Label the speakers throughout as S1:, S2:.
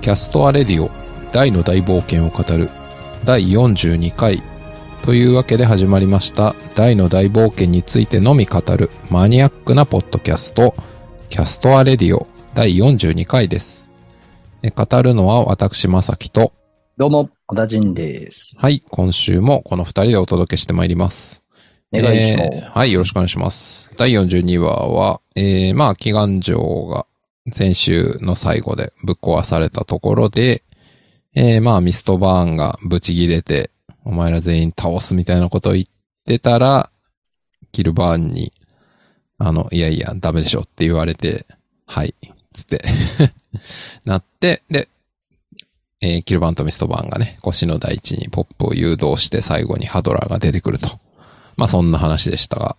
S1: キャストアレディオ大の大冒険を語る第42回というわけで始まりました大の大冒険についてのみ語るマニアックなポッドキャストキャストアレディオ第42回です。え語るのは私まさきと
S2: どうも、小田陣です。
S1: はい、今週もこの二人でお届けしてまいります。
S2: お願いします。
S1: えーはい、よろしくお願いします。第42話は、えー、まあ、祈願城が先週の最後でぶっ壊されたところで、えー、まあ、ミストバーンがブチ切れて、お前ら全員倒すみたいなことを言ってたら、キルバーンに、あの、いやいや、ダメでしょって言われて、はい、つって、 なって、で、えーキルバーンとミストバーンがね、腰の大地にポップを誘導して最後にハドラーが出てくると。まあそんな話でしたが。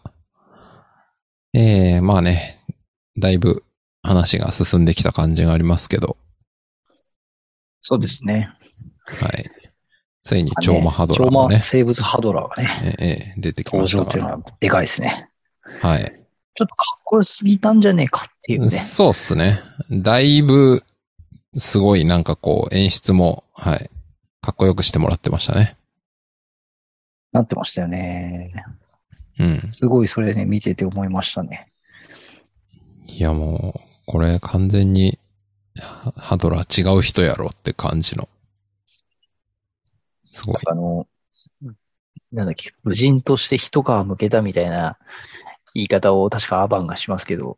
S1: えー、まあね、だいぶ話が進んできた感じがありますけど、
S2: そうですね。
S1: はい。ついに超魔ハドラー
S2: ね
S1: も
S2: 超魔
S1: ね、
S2: 生物ハドラーがね、
S1: えーえー出てきま
S2: 登
S1: した
S2: 場と
S1: か
S2: いうの
S1: ら。
S2: はでかいですね。
S1: はい。
S2: ちょっとかっこよすぎたんじゃねえかっていうね。
S1: そうっすね。だいぶ、すごいなんかこう演出も、はい。かっこよくしてもらってましたね。
S2: なってましたよね。
S1: うん。
S2: すごいそれね、見てて思いましたね。
S1: いやもう、これ完全に、ハハドラー違う人やろって感じの。すごい。
S2: あの、なんだっけ、無人として一皮向けたみたいな言い方を確かアバンがしますけど、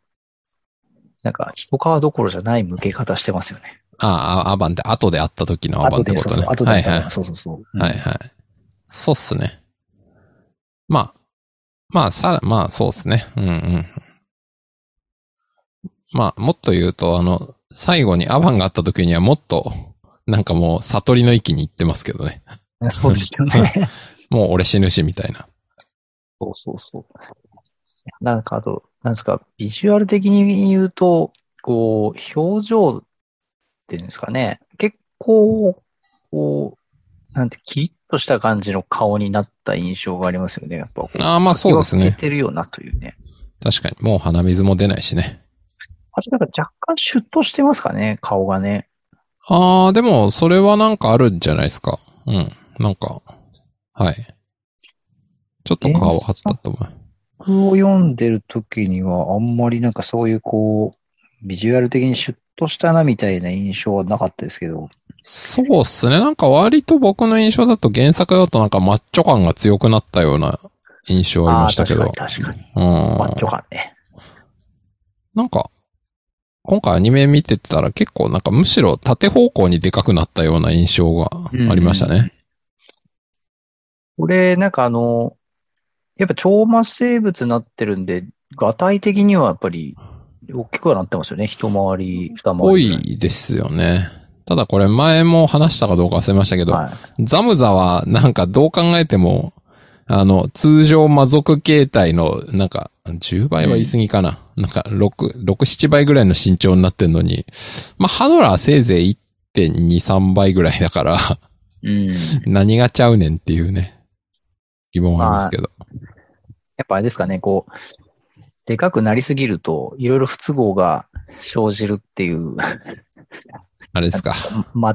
S2: なんか一皮どころじゃない向け方してますよね。
S1: ああ、アバンって、後で会った時のアバンってことね。
S2: 後でそうそう、後で
S1: は
S2: 会
S1: い
S2: った
S1: は
S2: ら
S1: い。
S2: そうそうそう。
S1: はいはい。そうっすね。まあ、まあ、さら、まあ、そうっすね。うんうん。まあ、もっと言うと、あの、最後にアバンがあった時にはもっと、なんかもう、悟りの域に行ってますけどね。
S2: うんそうです よね。
S1: もう俺死ぬし、みたいな。
S2: そうそうそう。なんかあと、なんですか、ビジュアル的に言うと、こう、表情っていうんですかね、結構、こう、なんて、キリッとした感じの顔になった印象がありますよね、やっぱ。
S1: ああ、まあそうです
S2: 気が
S1: ね
S2: 利い。てるよなというね。
S1: 確かに。もう鼻水も出ないしね。
S2: あとなんか若干シュッとしてますかね、顔がね。
S1: ああ、でも、それはなんかあるんじゃないですか。うん。なんか、はい。ちょっと顔あったと思う。
S2: 僕を読んでる時には、あんまりなんかそういうこう、ビジュアル的にシュッとしたなみたいな印象はなかったですけど、
S1: そうっすね。なんか割と僕の印象だと原作だとなんかマッチョ感が強くなったような印象ありましたけど。
S2: あ
S1: う
S2: ー
S1: ん
S2: 確。かに確かに。マッチョ感ね。
S1: なんか、今回アニメ見てたら結構なんかむしろ縦方向にでかくなったような印象がありましたね。
S2: これ、なんかあの、やっぱ超魔生物になってるんで、が体的にはやっぱり大きくはなってますよね。一回り、二回り。
S1: 多いですよね。ただこれ前も話したかどうか忘れましたけど、
S2: は
S1: ザムザは、なんかどう考えても、あの、通常魔族形態の、なんか、10倍は言い過ぎかな。なんか、6、6、7倍ぐらいの身長になってんのに、まあ、ハドラーせいぜい1.2、3倍ぐらいだから、
S2: い。うん。や
S1: 何がちゃうねんっていうね、疑問はありますけど。
S2: っぱあれですかね、こう、でかくなりすぎると、いろいろ不都合が生じるっていう、
S1: あれですか。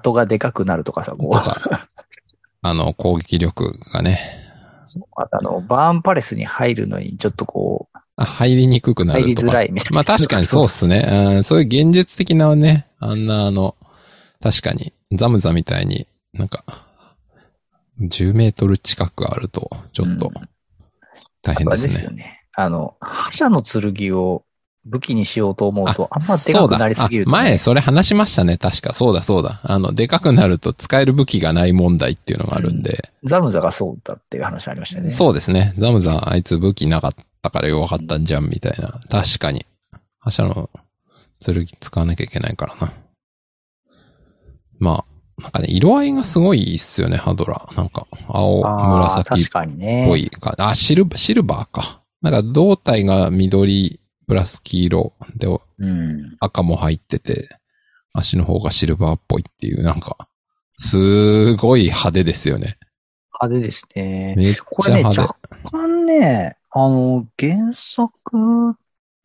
S2: 的がでかくなるとかさ、こと う、
S1: か、あの、攻撃力がね、
S2: あとあの、バーンパレスに入るのに、ちょっとこう、
S1: あ入りにくくな
S2: 入
S1: る
S2: り
S1: と
S2: づ。
S1: から
S2: いみたいな。
S1: まあ確かにそうっす ね。うん、そういう現実的なね、あんなあの、確かに、ザムザみたいになんか、10メートル近くあると、ちょっと
S2: う、
S1: 大変
S2: あ
S1: で
S2: れ
S1: す
S2: です
S1: ね
S2: よ。ね。あの、覇者の剣を武器にしようと思うと、あんまで
S1: そ
S2: か
S1: う
S2: く
S1: だ。
S2: なりす
S1: あ
S2: ぎるとね、
S1: 前、それ話しましたね。確か。そうだ、そうだ。あの、でかくなると使える武器がない問題っていうのがあるんで。
S2: ザムザがそうだっていう話ありましたよね。
S1: そうですね。ザムザ、あいつ武器なかったから弱かったんじゃん、みたいな。確かに。覇者の剣使わなきゃいけないからな。まあ、なんかね、色合いがすごいいいっすよね、ハドラー。なんか、青、
S2: あー
S1: 紫っ
S2: 確かに
S1: ぽ
S2: ね。
S1: いか。あ、シルバー、シルバーか。なんか胴体が緑プラス黄色で
S2: うん。
S1: 赤も入ってて、足の方がシルバーっぽいっていう、なんか、すごい派手ですよね。
S2: 派手ですね。
S1: めっち
S2: こ
S1: ゃ
S2: れね、
S1: 派手。
S2: 若干ね、あの、原作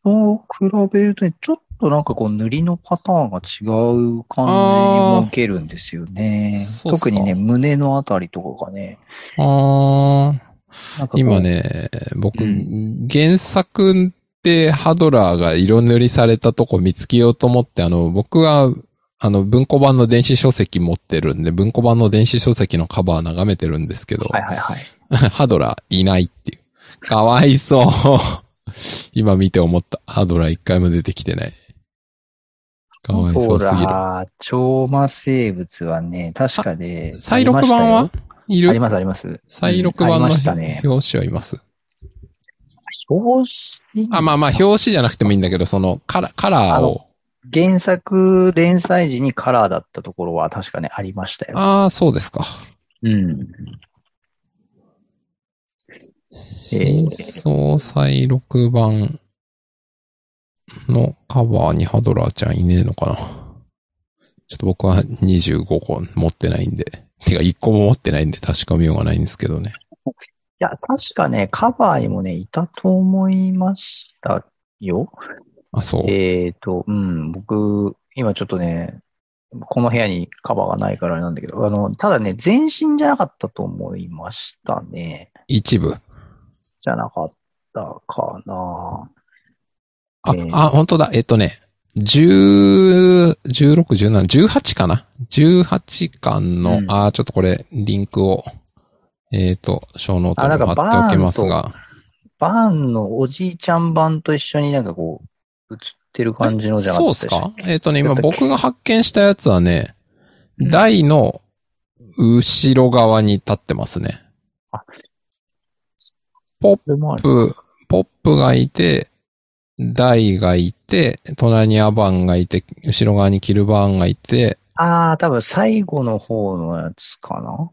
S2: と比べるとね、ちょっとなんかこう塗りのパターンが違う感じに設けるんですよね
S1: あー。そうっすか
S2: 特にね、胸のあたりとかがね。
S1: あー
S2: なんかこう
S1: 今。ね、僕、
S2: うん
S1: 原作でハドラーが色塗りされたとこ見つけようと思って、あの、僕は、あの、文庫版の電子書籍持ってるんで、文庫版の電子書籍のカバー眺めてるんですけど、
S2: はいはいはい。
S1: ハドラーいないっていう。かわいそう。 今見て思った。ハドラー一回も出てきてない。かわいそうすぎ
S2: ほ
S1: る。
S2: ら、超魔生物はね、確かで、
S1: 再録版はい
S2: あり
S1: る
S2: ましたよあります、あります。
S1: 再録版
S2: うんあ
S1: の
S2: りましたね
S1: 表紙はいます。
S2: 表紙
S1: あ、まあまあ、表紙じゃなくてもいいんだけど、そのカラカラーを。
S2: 原作連載時にカラーだったところは確かね、ありましたよ。
S1: ああ、そうですか。
S2: うん。
S1: 真相再録版のカバーにハドラーちゃんいねえのかな。ちょっと僕は25個持ってないんで。てか1個も持ってないんで確かめようがないんですけどね。
S2: いや、確かね、カバーにもね、いたと思いましたよ。
S1: あ、そう。
S2: えっ、と、うん、僕、今ちょっとね、この部屋にカバーがないからあれなんだけど、あの、ただね、全身じゃなかったと思いましたね。
S1: 一部。
S2: じゃなかったかな。
S1: あ、
S2: えー
S1: あ、本当だ。えっとね、10、16、17、18かな ?18 巻の、
S2: うん
S1: あーちょっとこれ、リンクを、えっ、と、小ノート
S2: あなんか
S1: に貼っておきます
S2: バ
S1: が。
S2: バーンのおじいちゃん版と一緒になんかこう、映ってる感じのじゃなか
S1: そう
S2: っ
S1: ったす
S2: でした
S1: か
S2: っけ
S1: えっ、とね、
S2: だ
S1: 今
S2: ったっけ
S1: 僕が発見したやつはね、
S2: うん
S1: 台の後ろ側に立ってますね。
S2: それもある
S1: ポップ、ポップがいて、台がいて、隣にアバンがいて、後ろ側にキルバーンがいて、
S2: ああ、多分最後の方のやつかな。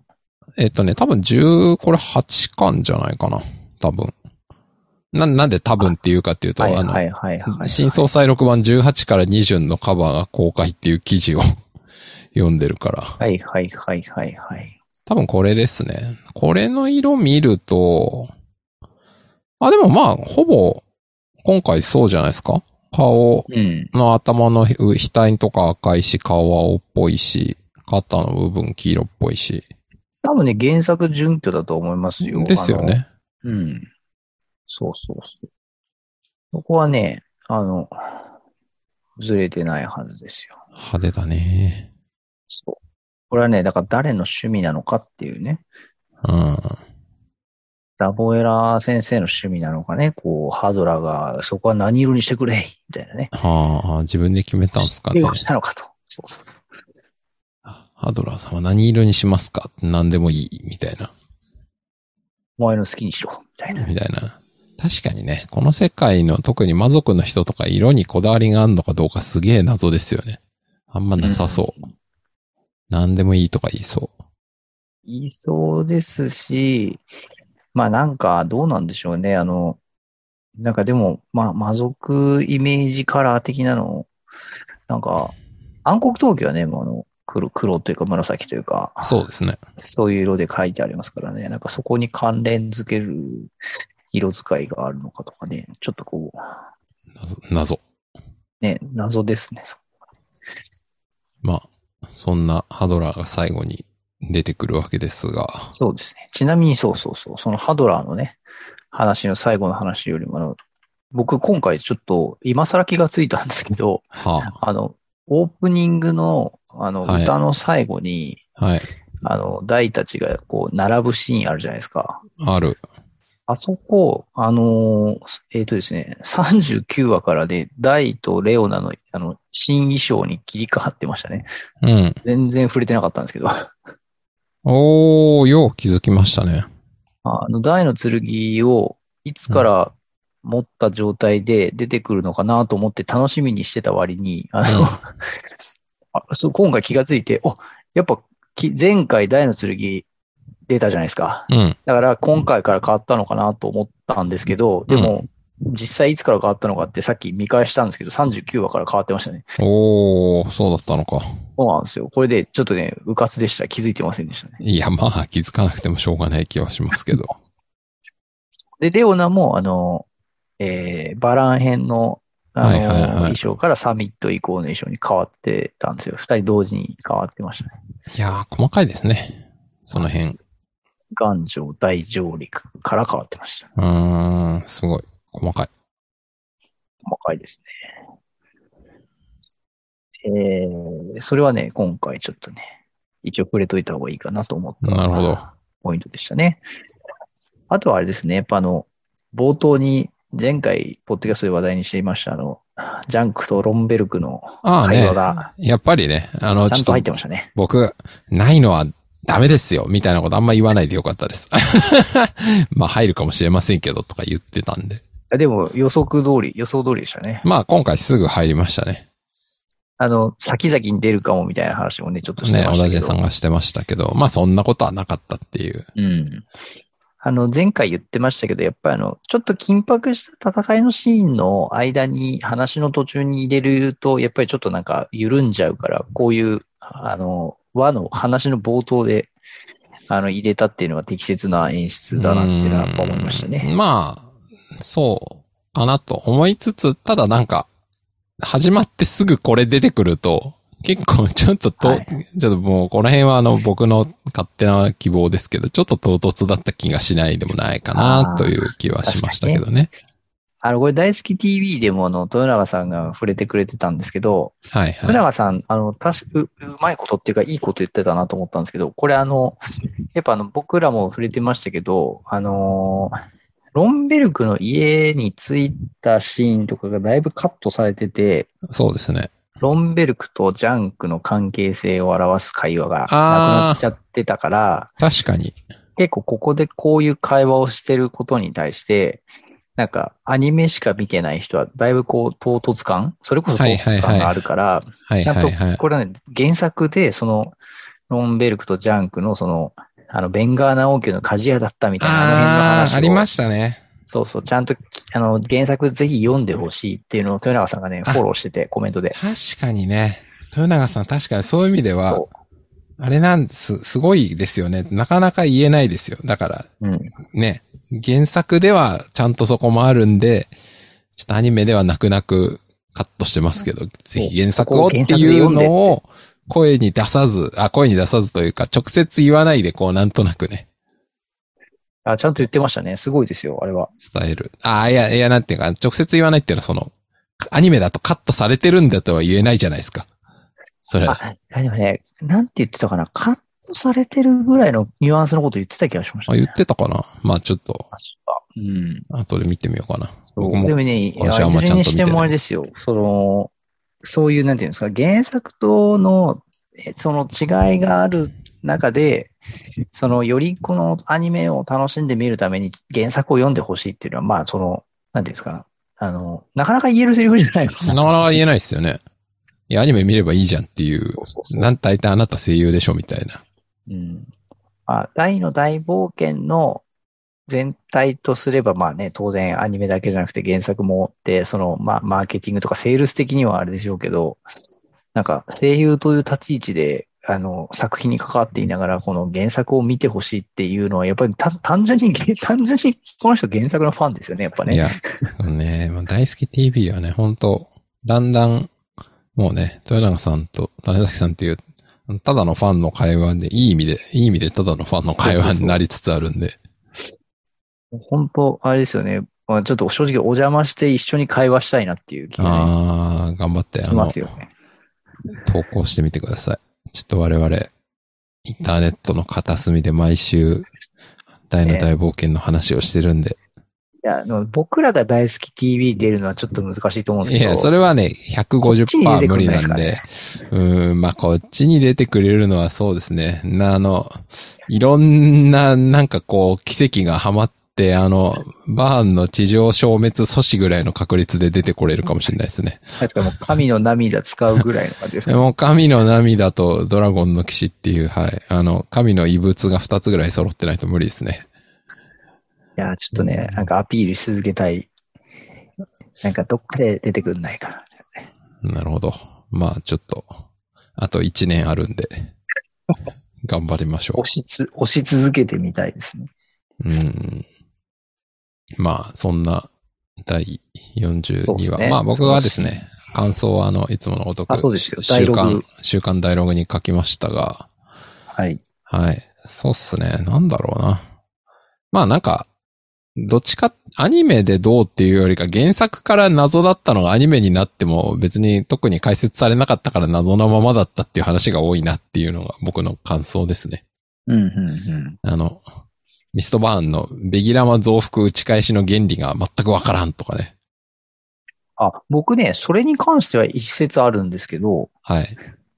S1: えっ、とね、多分10、これ8巻じゃないかな。多分。な、なんで多分っていうかっていうと、
S2: はい
S1: あの、
S2: はいはいはい。
S1: 新総再録版18から20のカバーが公開っていう記事を 読んでるから。
S2: はいはいはいはいはい。
S1: 多分これですね。これの色見ると、あ、でもまあ、ほぼ、今回そうじゃないですか顔
S2: うん。
S1: の頭のひ額とか赤いし、顔は青っぽいし、肩の部分黄色っぽいし。
S2: 多分ね、原作準拠だと思いますよ。
S1: ですよね。
S2: あの。うん。そうそうそう。そこはね、あの、ずれてないはずですよ。
S1: 派手だね。
S2: そう。これはね、だから誰の趣味なのかっていうね。
S1: うん。
S2: ダボエラ先生の趣味なのかね、こう、ハドラーが、そこは何色にしてくれみたいなね。
S1: はあ、自分で決めたんすかね
S2: 指。定をしたのかと。そうそう。
S1: ハドラーさんは何色にしますか何でもいい、みたいな。
S2: お前の好きにしろ。みたいな。
S1: みたいな。確かにね、この世界の特に魔族の人とか色にこだわりがあるのかどうかすげえ謎ですよね。あんまなさそう。何でもいいとか言いそう。
S2: 言いそうですし、まあなんかどうなんでしょうね。あの、なんかでも、まあ魔族イメージカラー的なの、なんか暗黒闘技はね、もうあの黒、黒というか紫というか、
S1: そうですね。
S2: そういう色で書いてありますからね。なんかそこに関連づける色使いがあるのかとかね。ちょっとこう、
S1: 謎謎。
S2: ね、謎ですね。
S1: まあ、そんなハドラーが最後に出てくるわけですが。
S2: そうですね。ちなみにそうそうそう、そのハドラーのね、話の最後の話よりも、あの、僕今回ちょっと今更気がついたんですけど、
S1: は
S2: あの、オープニングの、あの、
S1: はい
S2: 歌の最後に、
S1: あ、はい。
S2: あの、大たちがこう、並ぶシーンあるじゃないですか。
S1: ある。
S2: あそこ、あのーえっ、とですね、39話からで、大とレオナの、あの、新衣装に切り替わってましたね。
S1: うん。
S2: 全然触れてなかったんですけど。
S1: おー、よう気づきましたね。
S2: あの、大の剣をいつから持った状態で出てくるのかなと思って楽しみにしてた割に、あの、
S1: うん
S2: あそう今回気がついて、お、やっぱき前回大の剣出たじゃないですか。
S1: うん。
S2: だから今回から変わったのかなと思ったんですけど、でも、実際いつから変わったのかってさっき見返したんですけど、39話から変わってましたね。
S1: おー、そうだったのか。
S2: そうなんですよ。これでちょっとね、うかつでした。気づいてませんでしたね。
S1: いや、まあ、気づかなくてもしょうがない気はしますけど。
S2: で、レオナも、あの、えー、バラン編のあの、
S1: はいはいはい
S2: 衣装からサミット以降の衣装に変わってたんですよ。二人同時に変わってましたね。
S1: いやー、細かいですね。その辺。う
S2: 岩上大上陸から変わってました。
S1: ーん、すごい。細かい。
S2: 細かいですね。えー、それはね、今回ちょっとね、一応触れといた方がいいかなと思った。
S1: なるほど。
S2: ポイントでしたね。あとはあれですね、やっぱあの、冒頭に前回、ポッドキャストで話題にしていました、あの、ジャンクとロンベルクの
S1: ああ
S2: 会
S1: ね
S2: 話。が、
S1: やっぱりね、あの、
S2: ちゃ
S1: ち
S2: ん
S1: ょ
S2: と入
S1: っ
S2: って
S1: と
S2: ましたね。
S1: 僕、ないのはダメですよ、みたいなことあんま言わないでよかったです。 まあ、入るかもしれませんけど、とか言ってたんで。
S2: でも予測通り、予想通りでしたね。
S1: まあ、今回すぐ入りましたね。
S2: あの、先々に出るかもみたいな話もね、ちょっとして
S1: ね、
S2: ま
S1: 小
S2: し
S1: 田
S2: たけ
S1: 家
S2: ど。
S1: さんがしてましたけど、まあ、そんなことはなかったっていう。
S2: うん。あの、前回言ってましたけど、やっぱりあの、ちょっと緊迫した戦いのシーンの間に、話の途中に入れると、やっぱりちょっとなんか緩んじゃうから、こういう、あの、和の話の冒頭で、あの、入れたっていうのは適切な演出だなっていうのはやっぱ思いました
S1: うー
S2: ね。
S1: んまあ、そうかなと思いつつ、ただなんか、始まってすぐこれ出てくると、結構ちょっとと、
S2: はい
S1: ちょっともうこの辺はあの僕の勝手な希望ですけど、ちょっと唐突だった気がしないでもないかなという気はしましたけどね。
S2: あの、これ大好き TV でも、あの、豊永さんが触れてくれてたんですけど、
S1: はいは
S2: 福
S1: い。
S2: 永さん、あの、たしう、うまいことっていうか、いいこと言ってたなと思ったんですけど、これ あの、やっぱあの、僕らも触れてましたけど、あのーロンベルクの家に着いたシーンとかがだいぶカットされてて、
S1: そうですね。
S2: ロンベルクとジャンクの関係性を表す会話がなくなっちゃってたから、
S1: 確かに。
S2: 結構ここでこういう会話をしてることに対して、なんかアニメしか見てない人はだいぶこう唐突感それこそ唐突感があるから、
S1: はい
S2: ちゃん
S1: はいは
S2: と、
S1: い。
S2: これはね、原作で、その、ロンベルクとジャンクの、その、あの、ベンガーナ王宮の鍛冶屋だったみたいな、あの
S1: あ
S2: 辺の話
S1: あ、
S2: を
S1: ありましたね。
S2: そうそう、ちゃんとき、あの、原作ぜひ読んでほしいっていうのを豊永さんがね、
S1: あ
S2: フォローしてて、コメントで。
S1: 確かにね。豊永さん確かにそういう意味では
S2: そ、
S1: あれなんです、すごいですよね。なかなか言えないですよ。だから、
S2: うん。
S1: ね、原作ではちゃんとそこもあるんで、ちょっとアニメでは泣く泣くカットしてますけど、ぜひ原作をっていうのを声に出さず、あ、声に出さずというか、直接言わないでこうなんとなくね、
S2: あ、ちゃんと言ってましたね。すごいですよ、あれは。
S1: 伝える。あ、いや、いや、なんていうか、直接言わないっていうのはその、アニメだとカットされてるんだとは言えないじゃないですか。それは。
S2: あ、でもね、なんて言ってたかな、カットされてるぐらいのニュアンスのこと言ってた気がしました
S1: あ
S2: ね。
S1: 言ってたかなまあちょっと、
S2: ましたうん。
S1: 後で見てみようかな。
S2: そう
S1: 僕
S2: で
S1: も。
S2: もね、いやい
S1: 私
S2: ず
S1: はあんま
S2: れ
S1: ちゃんと見てない
S2: にしてもあれですよ。その、そういう、なんていうんですか、原作との、えその違いがある中で、その、よりこのアニメを楽しんで見るために原作を読んでほしいっていうのは、まあ、その、なんていうんですか、あの、なかなか言えるセリフじゃない
S1: なかなか言えないですよね。いや、アニメ見ればいいじゃんっていう。なん大体あなた声優でしょみたいな。
S2: うん。まあ、大の大冒険の全体とすれば、まあね、当然アニメだけじゃなくて原作もで、その、まあ、マーケティングとかセールス的にはあれでしょうけど、なんか、声優という立ち位置で、あの、作品に関わっていながら、この原作を見てほしいっていうのは、やっぱりた単純に、 単純にこの人原作のファンですよね、やっぱね。
S1: いや、でもね、まあ大好き TV はね、本当だんだん、もうね、豊永さんと種崎さんっていう、ただのファンの会話で、いい意味で、いい意味でただのファンの会話になりつつあるんで。
S2: 本当あれですよね。まあ、ちょっと正直お邪魔して一緒に会話したいなっていう気がね
S1: あー、頑張って、あ
S2: し
S1: の、
S2: ますよね。
S1: 投稿してみてください。ちょっと我々、インターネットの片隅で毎週、大の大冒険の話をしてるんで。
S2: いや、あの僕らが大好き TV 出るのはちょっと難しいと思うんです
S1: い
S2: けど。
S1: や、それはね、
S2: こっちに出て
S1: 150%
S2: く
S1: 無
S2: ん
S1: 理
S2: ない
S1: な
S2: で
S1: ん
S2: す
S1: で、
S2: かね
S1: うーん、まあ、こっちに出てくれるのはそうですね。な、あの、いろんな、なんかこう、奇跡がはまって、あの、バーンの地上消滅阻止ぐらいの確率で出てこれるかもしれないですね。
S2: なんですかもう神の涙使うぐらいの感じです
S1: で
S2: か
S1: も、神の涙とドラゴンの騎士っていう、はい。あの、神の異物が2つぐらい揃ってないと無理ですね。
S2: いや、ちょっとね、なんかアピールし続けたい。なんかどっかで出てくんないかな。
S1: なるほど。まあ、ちょっと、あと1年あるん で、頑張りましょう
S2: 押。しつ、押し続けてみたいですね。
S1: うん。まあ、そんな第42
S2: そうで
S1: 話。
S2: すね
S1: まあ僕はですね、感想はあの、いつものごとく、
S2: あそうですよ
S1: 週
S2: ダイロ
S1: 刊
S2: グ、
S1: 週刊ダイログに書きましたが、
S2: はい。
S1: はい。そうっすね。なんだろうな。まあなんか、どっちか、アニメでどうっていうよりか原作から謎だったのがアニメになっても別に特に解説されなかったから謎なままだったっていう話が多いなっていうのが僕の感想ですね。
S2: うん、うん、うん。
S1: あの、ミストバーンのベギラマ増幅打ち返しの原理が全くわからんとかね。
S2: あ、僕ね、それに関しては一説あるんですけど、
S1: はい。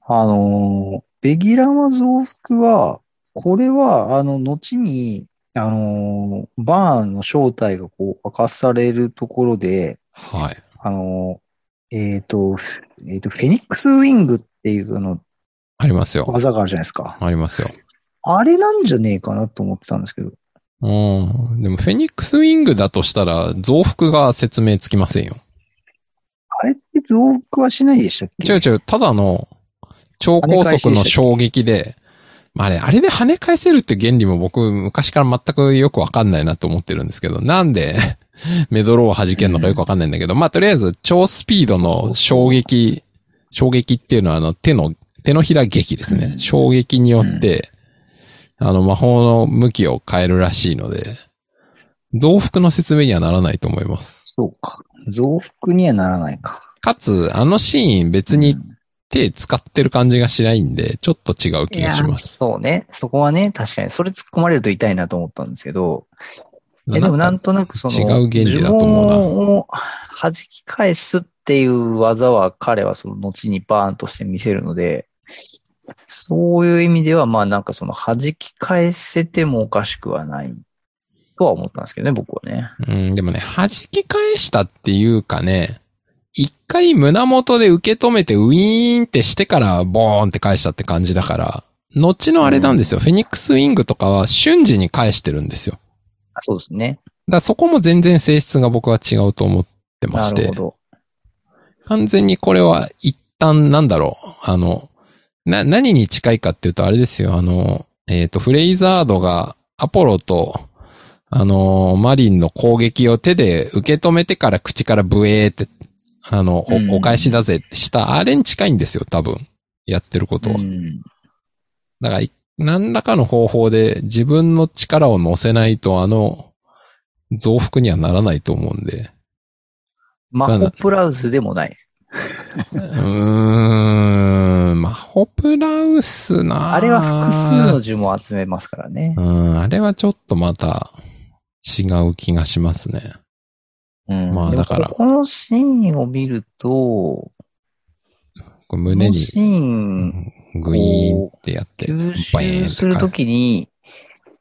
S2: あのーベギラマ増幅は、これは、あの、後に、あのーバーンの正体がこう、明かされるところで、
S1: はい。
S2: あのーえっ、と、えっ、と、フェニックスウィングっていうあの
S1: ありますよ。
S2: 技があるじゃないですか。
S1: ありますよ。
S2: あれなんじゃねえかなと思ってたんですけど。
S1: うん。でもフェニックスウィングだとしたら増幅が説明つきませんよ。
S2: あれって増幅はしないでしたっけ
S1: 違う違う、ただの、超高速の衝撃で、まああれ、あれで跳ね返せるって原理も僕、昔から全くよくわかんないなと思ってるんですけど、なんで、 メドローを弾けるのかよくわかんないんだけど、まあとりあえず、超スピードの衝撃、衝撃っていうのはあの、手の、手のひら劇ですね
S2: う。ん
S1: 衝撃によって、あの、魔法の向きを変えるらしいので、増幅の説明にはならないと思います。
S2: そうか。増幅にはならないか。
S1: かつ、あのシーン別に手使ってる感じがしないんで、ちょっと違う
S2: い
S1: 気
S2: や
S1: がします。
S2: そうね。そこはね、確かに。それ突っ込まれると痛いなと思ったんですけど、えでもなんとなくその、
S1: 違う原理だと思うな
S2: 呪文を弾き返すっていう技は彼はその後にバーンとして見せるので、そういう意味では、まあなんかその弾き返せてもおかしくはないとは思ったんですけどね、僕はね。
S1: うん、でもね、弾き返したっていうかね、一回胸元で受け止めてウィーンってしてからボーンって返したって感じだから、後のあれなんですよ。フェニックスウィングとかは瞬時に返してるんですよ。
S2: あそうですね。
S1: だからそこも全然性質が僕は違うと思ってま
S2: な
S1: し
S2: る
S1: て
S2: ほ。ど。
S1: 完全にこれは一旦なんだろう。あの、な、何に近いかっていうとあれですよ。あの、えっ、と、フレイザードがアポロと、あの、マリンの攻撃を手で受け止めてから口からブエーって、あの、
S2: うん
S1: お、お返しだぜってした、あれに近いんですよ、多分。やってることは。
S2: うん
S1: だからい、何らかの方法で自分の力を乗せないと、あの、増幅にはならないと思うんで。
S2: マホプラウスでもない。
S1: うーん、マホプラウスなぁ
S2: あれは複数の呪文を集めますからね。
S1: うん、あれはちょっとまた違う気がしますね。
S2: うん
S1: まあ
S2: でも
S1: だから
S2: ここのシーンを見ると、
S1: こう胸
S2: この
S1: に
S2: シ、ーン、
S1: うんグイーンってやって、
S2: 吸
S1: バーン
S2: 収するときに、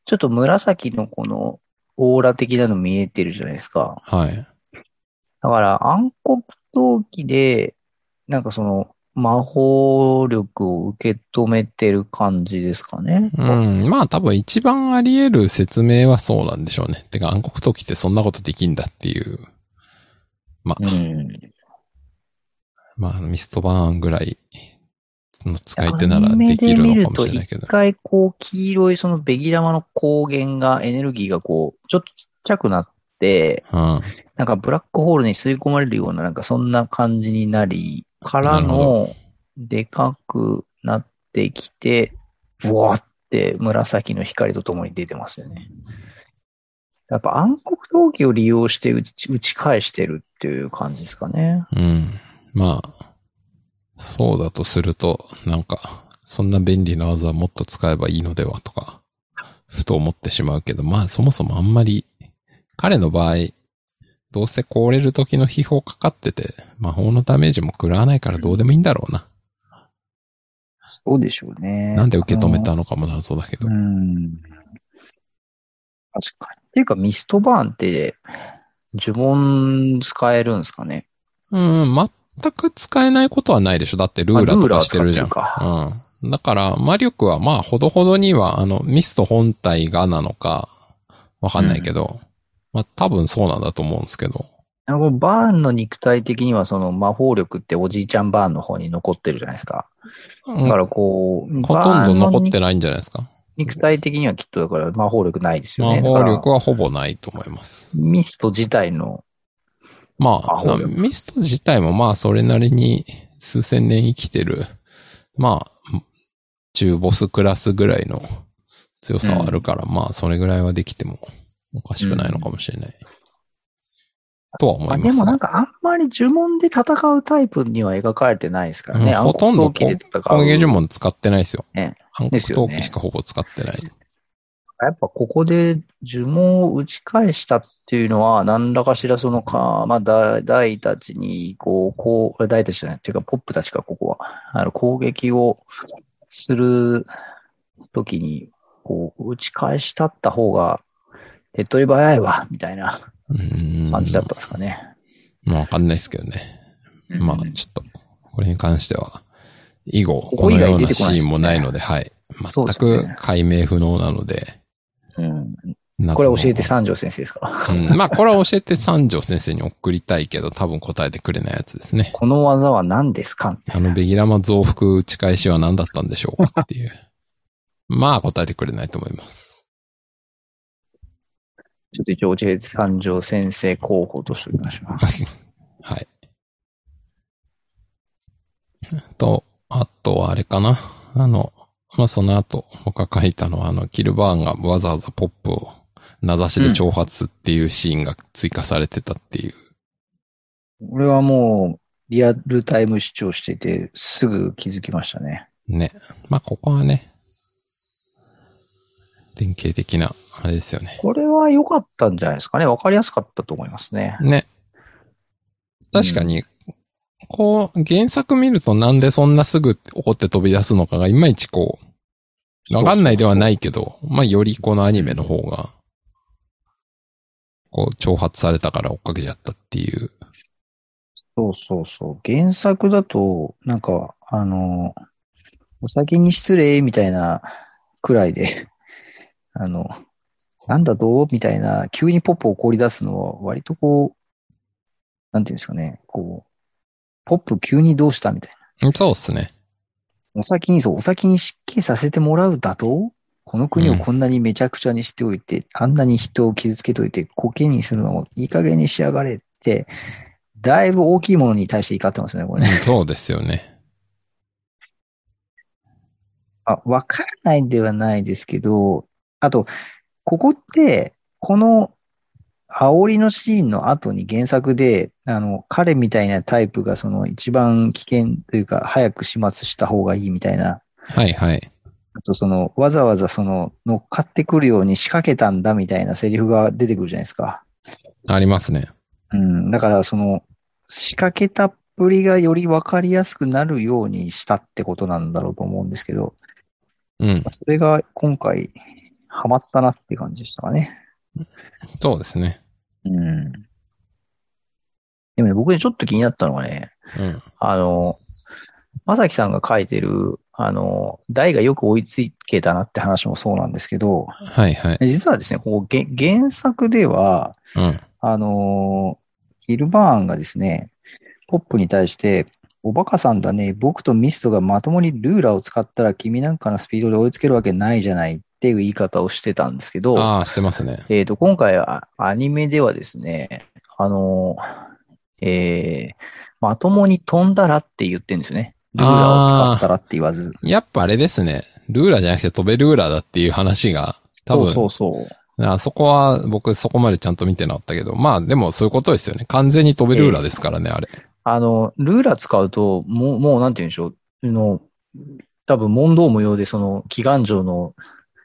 S2: ちょっと紫のこのオーラ的なの見えてるじゃないですか。
S1: はい。
S2: だから暗黒闘技で、なんかその魔法力を受け止めてる感じですかね。
S1: うん、まあ多分一番あり得る説明はそうなんでしょうね。てか暗黒時ってそんなことできんだっていう。まあ、
S2: うん。
S1: まあミストバーンぐらいの使い手ならできるのかもしれないけど
S2: 一。回こう黄色いそのベギ玉の光源がエネルギーがこうちょっとちっちゃくなって、
S1: うん。
S2: なんかブラックホールに吸い込まれるような、なんかそんな感じになり、から
S1: なるほ
S2: の、でかくなってきて、ブワーって紫の光とともに出てますよね。やっぱ暗黒闘技を利用して打ち打ち返してるっていう感じですかね。
S1: うん。まあ、そうだとすると、なんか、そんな便利な技もっと使えばいいのではとか、ふと思ってしまうけど、まあそもそもあんまり、彼の場合、どうせ凍れる時の秘宝かかってて、魔法のダメージも食らわないからどうでもいいんだろうな。
S2: そうでしょうね。
S1: なんで受け止めたのかも謎だけど
S2: う。ん。確かに。っていうか、ミストバーンって、呪文使えるんですかね。
S1: うん、全く使えないことはないでしょ。だってルーラーとかしてるじゃん
S2: あルーラー使ってる。
S1: うん。だから、魔力はまあ、ほどほどには、あの、ミスト本体がなのか、わかんないけど、まあ、多分そうなんだと思うんですけど。
S2: あのバーンの肉体的にはその魔法力っておじいちゃんバーンの方に残ってるじゃないですか。
S1: う
S2: だ
S1: ん
S2: からこう、
S1: ほとんど残って
S2: る。
S1: ないんじゃないですか。
S2: 肉体的にはきっとだから魔法力ないですよ
S1: 魔
S2: ね。
S1: 法
S2: だか
S1: 力
S2: ら
S1: はほぼないと思います。
S2: ミスト自体の
S1: まあ、
S2: あ
S1: なミスト自体もまあそれなりに数千年生きてる、まあ、中ボスクラスぐらいの強さはあるから、まあそれぐらいはできてもおかしくないのかもしれない。とは思
S2: まあ、
S1: い
S2: で
S1: ます、
S2: もなんかあんまり呪文で戦うタイプには描かれてないですからね。
S1: うんほとんど
S2: 暗黒闘技で戦う
S1: 攻撃呪文使ってないですよ。
S2: ね
S1: 暗黒
S2: ですよ
S1: 闘
S2: ね
S1: 技しかほぼ使ってない。
S2: やっぱここで呪文を打ち返したっていうのは、何らかしらそのか、まあ、だ大たちに、こう、こう、大たちじゃない、っていうか、ポップたちか、ここは、あの、攻撃をするときに、こう、打ち返したった方が、手っ取り早いわ、みたいな
S1: うーん。
S2: 感じだったんですかね。
S1: まあわかんないですけどね。まあ
S2: うん
S1: ちょっと、これに関しては、以後、
S2: こ
S1: こ
S2: こ
S1: の
S2: 以外
S1: よう
S2: 出
S1: な
S2: て
S1: シ
S2: こないですね
S1: ーンもないので、はい。全
S2: そうですよ
S1: く
S2: ね
S1: 解明不能なので、
S2: うん、
S1: 謎の
S2: これ教えて三条先生ですか。
S1: うんまあ、これは教えて三条先生に送りたいけど、多分答えてくれないやつですね。
S2: この技は何ですかみた
S1: あ
S2: いな
S1: の、ベギラマ増幅打ち返しは何だったんでしょうかって いう。まあ、答えてくれないと思います。
S2: ちょっと一応、教えて三条先生候補としておきましょう。
S1: はい。 と、あとはあれかな。あの、まあ、その後、僕が書いたのは、あの、キルバーンがわざわざポップを名指しで挑発っていうシーンが追加されてたっていう。
S2: 俺はもう、リアルタイム視聴してて、すぐ気づきましたね。
S1: ね。まあ、ここはね、典型的な、あれですよね。
S2: これは良かったんじゃないですかね。わかりやすかったと思いますね。
S1: ね。確かに、こう、原作見るとなんでそんなすぐ怒って飛び出すのかがいまいちこう、わかんないではないけど、まあ、よりこのアニメの方が、こう、挑発されたから追っかけちゃったっていう。
S2: そうそうそう。原作だと、なんか、あの、お先に失礼みたいなくらいで、 あの、なんだどうみたいな、急にポップを怒り出すのは、割とこう、なんていうんですかね、こう、ポップ急にどうしたみたいな。
S1: そうっすね。
S2: お先に、そう、お先に失敬させてもらうだとこの国をこんなにめちゃくちゃにしておいて、あんなに人を傷つけといて、コケにするのもいい加減に仕上がれって、だいぶ大きいものに対して怒ってますね、こ
S1: う
S2: れ
S1: ん
S2: ね。
S1: そうですよね。
S2: あ、わからないではないですけど、あと、ここって、この、煽りのシーンの後に原作で、あの、彼みたいなタイプがその一番危険というか、早く始末した方がいいみたいな
S1: はいはい。
S2: あとその、わざわざその、乗っかってくるように仕掛けたんだみたいなセリフが出てくるじゃないですか。
S1: ありますね。
S2: うん。だからその、仕掛けたっぷりがより分かりやすくなるようにしたってことなんだろうと思うんですけど、
S1: うん。
S2: それが今回、ハマったなっていう感じでしたかね。
S1: そうですね。
S2: うん。でもね、僕でちょっと気になったのがね、
S1: うん。
S2: あの、まさきさんが書いてる、あの、台がよく追いつけたなって話もそうなんですけど、
S1: はいはい。
S2: 実はですね、ここげ原作では、
S1: うん。
S2: あのーギルバーンがですね、ポップに対して、おバカさんだね、僕とミストがまともにルーラーを使ったら君なんかのスピードで追いつけるわけないじゃないっていう言い方をしてたんですけど、
S1: ああ、してますね。
S2: えっ、と、今回はアニメではですね、あのーえーまともに飛んだらって言ってるんですよね。ルーラーを使ったらって言わず。
S1: やっぱあれですね。ルーラーじゃなくて飛べルーラーだっていう話が、多
S2: そ
S1: 分
S2: う、そうそう。
S1: あそこは僕そこまでちゃんと見てなかったけど、まあでもそういうことですよね。完全に飛べルーラーですからね、あれ。
S2: あの、ルーラー使うと、もう、もうなんて言うんでしょう。あの、多分問答無用で、その、祈願城の、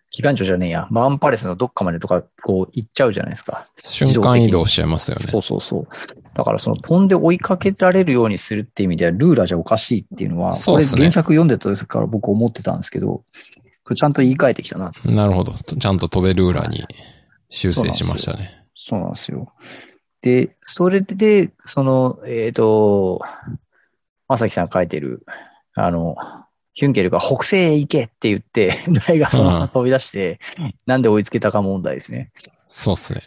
S2: 祈願城じゃねえや、マンパレスのどっかまでとか、こう、行っちゃうじゃないですか。
S1: 瞬間移動しちゃいますよね。
S2: そうそうそう。だから、その、飛んで追いかけられるようにするって意味では、ルーラーじゃおかしいっていうのは、
S1: そう
S2: こ
S1: っ
S2: れ
S1: すね
S2: 原作読んでた時から僕思ってたんですけど、これちゃんと言い換えてきたな。
S1: なるほど。ちゃんと飛べルーラーに修正しましたね。
S2: そうなんですよ。で、それで、その、えっ、と、まさきさんが書いてる、あの、ヒュンケルが北西へ行けって言って、 大がそのまま飛び出して、なんで追いつけたか問題ですね。
S1: そうですね。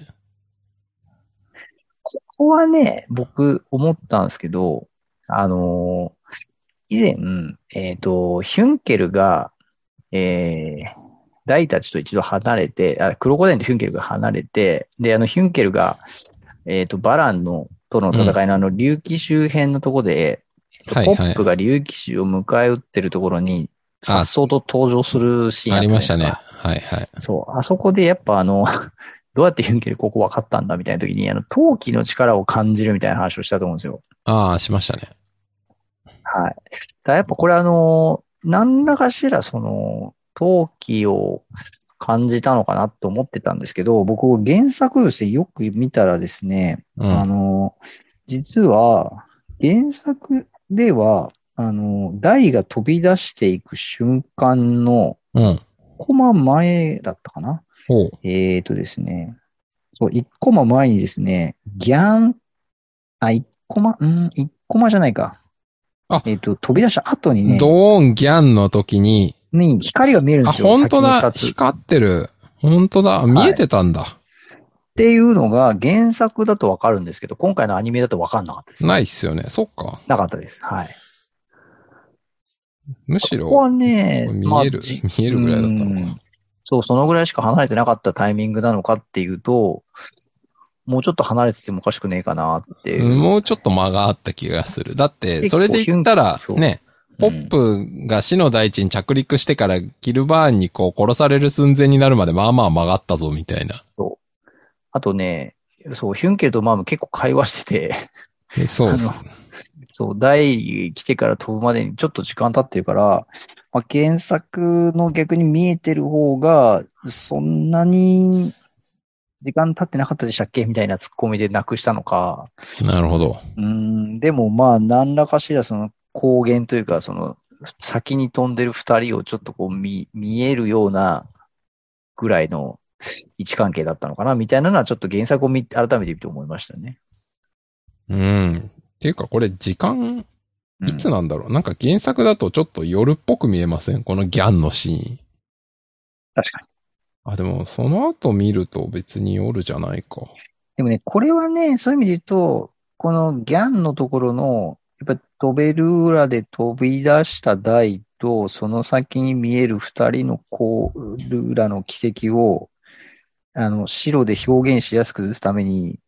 S2: ここはね、僕思ったんですけど、あの以前、えっ、と、ヒュンケルが、えー、ダイたちと一度離れて、あ、クロコダインとヒュンケルが離れて、で、あの、ヒュンケルが、えっ、と、バランの、との戦いのあの、隆起周辺のとこで、えっと
S1: はい
S2: ポ
S1: はい
S2: ップが隆起周を迎え撃ってるところに、
S1: あ
S2: さっそうと登場するシーン
S1: あ
S2: った
S1: り
S2: じゃな
S1: ま
S2: いで
S1: し
S2: すか
S1: たね。はいはい。
S2: そう、あそこでやっぱあの、 どうやってヒュンケルここ分かったんだみたいな時に、あの、陶器の力を感じるみたいな話をしたと思うんですよ。
S1: ああ、しましたね。
S2: はい。だからやっぱこれあの、何らかしらその、陶器を感じたのかなと思ってたんですけど、僕原作としてよく見たらですね、
S1: う
S2: あ
S1: ん。
S2: の、実は、原作では、あの、台が飛び出していく瞬間の、
S1: うん。
S2: コマ前だったかな
S1: おう。
S2: えーとですね、そう、1コマ前にですね、ギャン、あ、1コマ、うん、1コマじゃないか。
S1: あ
S2: えっ、と、飛び出した後にね、
S1: ドーンギャンの時に、
S2: に光が見えるん
S1: あ、
S2: ですよ。
S1: 本当だ。
S2: 先に二つっ
S1: 光ってる。本当だ。見えてたんだ。
S2: ていうのが原作だとわかるんですけど、今回のアニメだとわかんなかったです。
S1: ないっすよね。そっか。
S2: なかったです。はい。
S1: むし
S2: ここは
S1: ろ、
S2: ね、まあ
S1: 見える、
S2: じ
S1: 見えるぐらいだったの
S2: う
S1: か
S2: ん。そう、そのぐらいしか離れてなかったタイミングなのかっていうと、もうちょっと離れててもおかしくねえかなっていう。
S1: もうちょっと間があった気がする。だって、
S2: 結構
S1: それで言ったら
S2: ヒュ、ン
S1: ね、ポップが死の大地に着陸してからギルバーンにこう殺される寸前になるまでまあまあ曲がったぞみたいな。
S2: そう。あとね、そう、ヒュンケルとマーム結構会話してて、
S1: そうっす
S2: あ。そう、台来てから飛ぶまでにちょっと時間経ってるから、まあ、原作の逆に見えてる方が、そんなに時間経ってなかったでしたっけみたいなツッコミでなくしたのか。
S1: なるほど。
S2: うん、でもまあ、何らかしらその光源というか、その、先に飛んでる二人をちょっとこう見、見えるようなぐらいの位置関係だったのかなみたいなのはちょっと原作を見、改めて見て思いましたね。
S1: うん。っていうかこれ時間、
S2: うん
S1: いつなんだろう、なんか原作だとちょっと夜っぽく見えませんこのギャンのシーン。
S2: 確かに。
S1: あ、でもその後見ると別に夜じゃないか。
S2: でもね、これはね、そういう意味で言うと、このギャンのところの、やっぱ飛べる裏で飛び出した台と、その先に見える二人のこう、ルーラの軌跡を、あの、白で表現しやすくするために、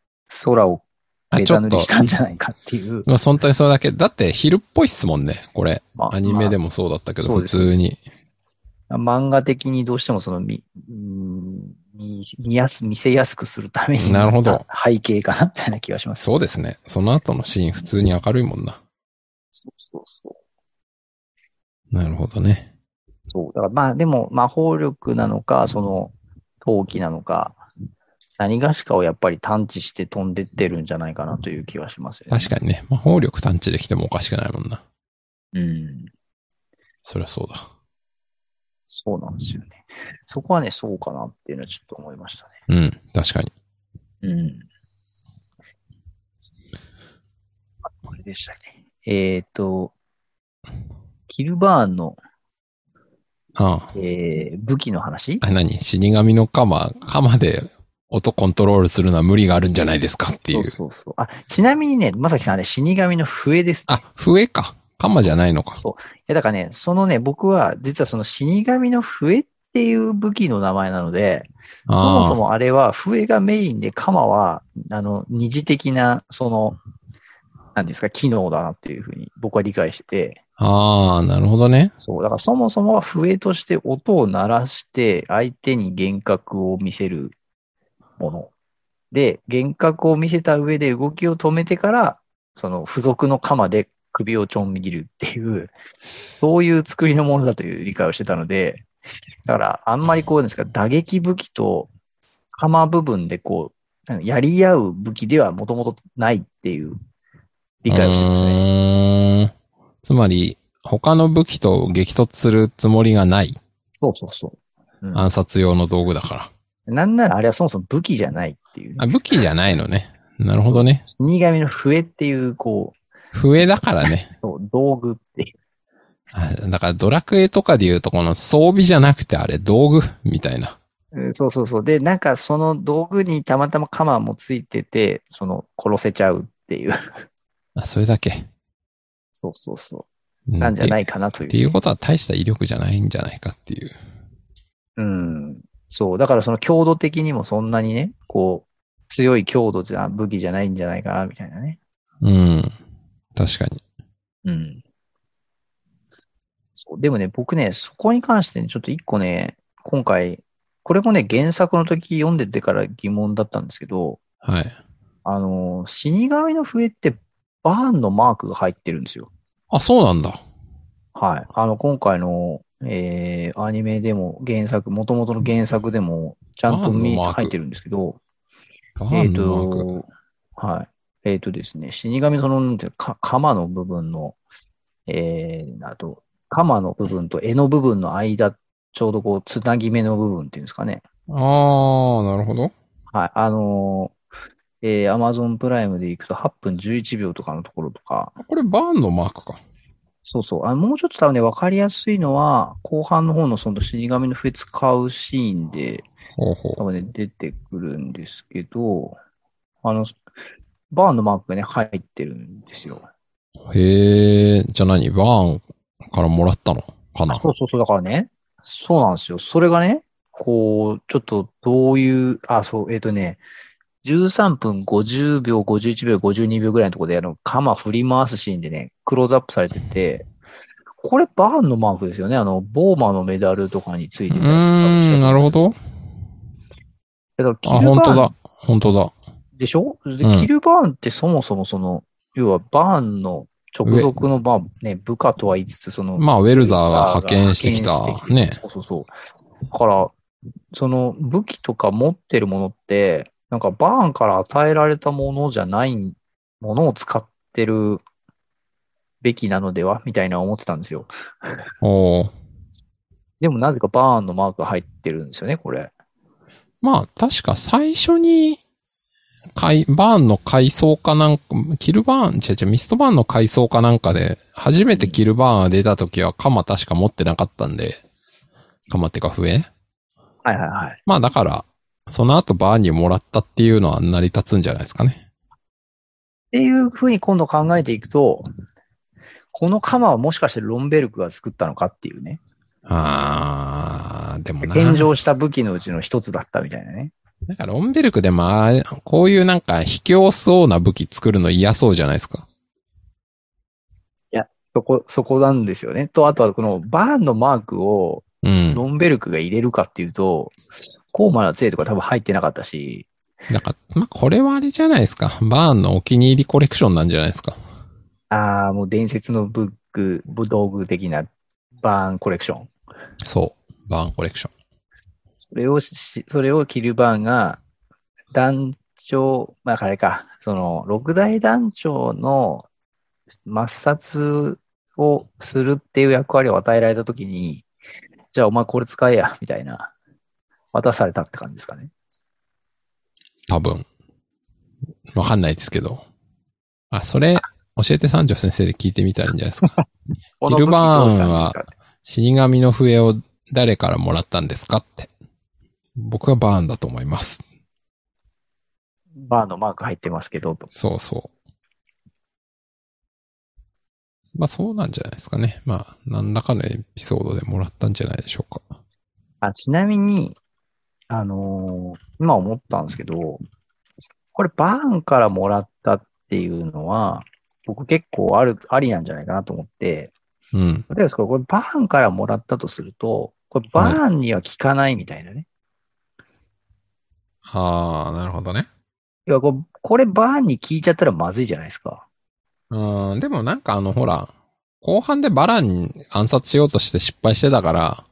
S2: 空を
S1: あ、
S2: ベ
S1: ちょ
S2: タ
S1: っ
S2: 塗
S1: と
S2: りし。たんじゃないかっていう。
S1: まあ、本当にそれだけ。だって昼っぽいっすもんね。これ。
S2: まあ
S1: アニメでもそうだったけど、
S2: まあ
S1: 普通に。
S2: まあ漫画的にどうしてもその見、うん見見やす、見せやすくするために、
S1: なるほど。
S2: 背景かなみたいな気がします。
S1: そうですね。その後のシーン普通に明るいもんな。
S2: そうそうそう。
S1: なるほどね。
S2: そう。だからまあでも魔法力なのか、その陶器なのか、何がしかをやっぱり探知して飛んでってるんじゃないかなという気はしますよね。
S1: 確かにね。魔法力探知できてもおかしくないもんな。
S2: に。うん。
S1: そりゃそうだ。
S2: そうなんですよね。そこはね、そうかなっていうのはちょっと思いました
S1: うん。確かに。
S2: ね。うん。あこれでしたね。えっ、と、キルバーンの、
S1: あ
S2: えー武器の話
S1: あ。あ、何死神の鎌、鎌で音コントロールするのは無理があるんじゃないですかっていう。
S2: そうそうそう。あ、ちなみにね、まさきさんあれ死神の笛ですね
S1: あ、笛か。鎌じゃないのか。
S2: そう。いや、だからね、そのね、僕は、実はその死神の笛っていう武器の名前なので、そもそ
S1: あ
S2: もあれは笛がメインで、鎌は、あの、二次的な、その、なんていうんですか、機能だなっていうふうに僕は理解して、
S1: あ。ああ、なるほどね。
S2: そう、だからそもそもは笛として音を鳴らして、相手に幻覚を見せるもの。で、幻覚を見せた上で動きを止めてから、その付属の鎌で首をちょん切るっていう、そういう作りのものだという理解をしてたので、だからあんまりこうなんですか、打撃武器と鎌部分でこう、やり合う武器ではもともとないっていう理解をしてますね。
S1: うーんつまり、他の武器と激突するつもりがない
S2: そうそうそう。うん
S1: 暗殺用の道具だから。
S2: なんならあれはそもそも武器じゃないっていうね、
S1: あ、武器じゃないのね。なるほどね。
S2: 死神の笛っていう、こ
S1: 笛だからね
S2: う。そう、道具っていう。
S1: あだからドラクエとかで言うとこの装備じゃなくてあれ道具みたいな。
S2: うんそうそうそう。で、なんかその道具にたまたま鎌もついてて、その殺せちゃうっていう。
S1: あ、それだけ。
S2: そうそうそうう。なんじゃないいかなという。
S1: っていうことは大した威力じゃないんじゃないかっていう。
S2: うん。そう。だからその強度的にもそんなにね、こう、強い強度じゃ、武器じゃないんじゃないかな、みたいなね。
S1: うん。確かに。
S2: うん。そう、でもね、僕ね、そこに関してね、ちょっと一個ね、今回、これもね、原作の時読んでてから疑問だったんですけど、
S1: はい。
S2: あの、死神の笛って、バーンのマークが入ってるんですよ。
S1: あ、そうなんだ。
S2: はい。あの、今回の、えー、アニメでも原作、元々の原作でも、ちゃんと
S1: バ
S2: 見
S1: ーンのマーク
S2: 入ってるんですけど、
S1: バ
S2: え
S1: ー
S2: っ
S1: ンのマーク。
S2: と、はい。えっとですね、死神のその、なんていうか、か鎌の部分の、えー、あと、鎌の部分と柄の部分の間、ちょうどこう、つなぎ目の部分っていうんですかね。
S1: あー、なるほど。
S2: はい。あのー、えー、Amazon プライムで行くと8分11秒とかのところとか、
S1: これバーンのマークか。
S2: そうそう。あのもうちょっと多分ね、わかりやすいのは、後半の方のその死神の笛使うシーンで、
S1: ほうほ
S2: 多分ね、出てくるんですけど、あの、バーンのマークがね、入ってるんですよ。
S1: う。へえ、じゃあ何バーンからもらったのかな
S2: そうそうそう、だからね、そうなんですよ。それがね、こう、ちょっとどういう、あ、そう、えっ、とね、13分50秒、51秒、52秒ぐらいのところで、あの、鎌振り回すシーンでね、クローズアップされてて、これバーンのマークですよね。あの、ボーマのメダルとかについうてたやつ
S1: ーん、なるほど。
S2: だから
S1: あ、
S2: キルバーン
S1: 本当だ。本当だ。
S2: でしょで、
S1: うん
S2: キルバーンってそもそもその、要はバーンの直属の、まあね、部下とは言いつつ、その、
S1: まあ、ウェルザーが派遣してきた
S2: 派遣して。きて
S1: ね。
S2: そうそうそう。だから、その武器とか持ってるものって、なんかバーンから与えられたものじゃないものを使ってるべきなのではみたいな思ってたんですよ。
S1: おー
S2: でもなぜかバーンのマークが入ってるんですよね、これ。
S1: まあ、確か最初に、かい、バーンの階層かなんか、キルバーン、違う違う、ミストバーンの階層かなんかで、初めてキルバーンが出た時は、鎌確か持ってなかったんで、鎌ってか笛
S2: はいはいはい。
S1: まあだから、その後バーンにもらったっていうのは成り立つんじゃないですかね。
S2: っていうふうに今度考えていくと、この鎌はもしかしてロンベルクが作ったのかっていうね。
S1: あー、でもな。
S2: 献上した武器のうちの一つだったみたいなね。
S1: なんかロンベルクでもああ、こういうなんか卑怯そうな武器作るの嫌そうじゃないですか。
S2: そこ、そこなんですよね。と、あとはこのバーンのマークを
S1: うん。
S2: ロンベルクが入れるかっていうと、コーマの杖とか多分入ってなかったし、
S1: なんか、まあこれはあれじゃないですか。バーンのお気に入りコレクションなんじゃないですか。
S2: ああ、もう伝説のブック、武道具的なバーンコレクション。
S1: そう。バーンコレクション。
S2: それをし、それをキルバーンが、団長、まあ、あれか、その、六大団長の抹殺をするっていう役割を与えられたときに、じゃあお前これ使えや、みたいな、渡されたって感じですかね。
S1: 多分。わかんないですけど。あ、それ、教えて三条先生で聞いてみたらいいんじゃないです か。キルバーンは死神の笛を誰からもらったんですかって。僕はバーンだと思います。
S2: バーンのマーク入ってますけど、と
S1: そうそう。まあそうなんじゃないですかね。まあ何らかのエピソードでもらったんじゃないでしょうか。
S2: あ、ちなみに、あのー今思ったんですけど、これバーンからもらったっていうのは、僕結構ある、ありなんじゃないかなと思って、
S1: うん。
S2: 例えばですけどこれバーンからもらったとすると、これバーンには効かないみたいなね。
S1: ああ、なるほどね。
S2: いやこれ、これバーンに効いちゃったらまずいじゃないですか。
S1: うん、でもなんかあのほら、後半でバラン暗殺しようとして失敗してたから、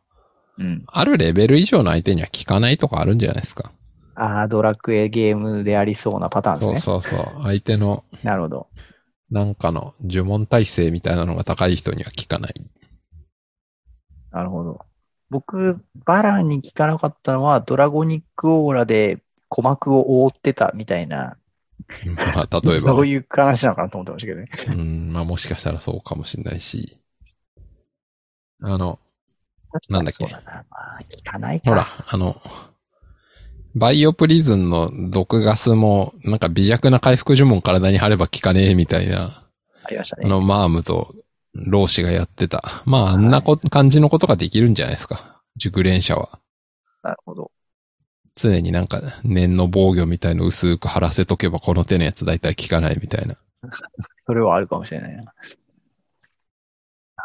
S2: うん。
S1: あるレベル以上の相手には効かないとかあるんじゃないですか。
S2: ああ、ドラクエゲームでありそうなパターンで
S1: そう
S2: すね。
S1: そうそう。相手の
S2: なるほど。
S1: なんかの呪文耐性みたいなのが高い人には効かない。
S2: なるほど。僕、バランに聞かなかったのは、ドラゴニックオーラで鼓膜を覆ってたみたいな、
S1: まあ例えば
S2: そ。ういう話なのかなと思ってましたけどね。
S1: うん、まあもしかしたらそうかもしれないし。あの、なんだっけ
S2: そうなまあ、聞かないか。
S1: ほら。、あの、バイオプリズンの毒ガスも、なんか微弱な回復呪文体に貼れば効かねえみたいな、
S2: ありました
S1: あ
S2: ね。
S1: の、マームと、老子がやってた。まあ、あんなこ感じのことができるんじゃないですか。熟練者は。
S2: なるほど。
S1: 常になんか念の防御みたいの薄く張らせとけばこの手のやつ大体効かないみたいな。
S2: それはあるかもしれないな。なるほ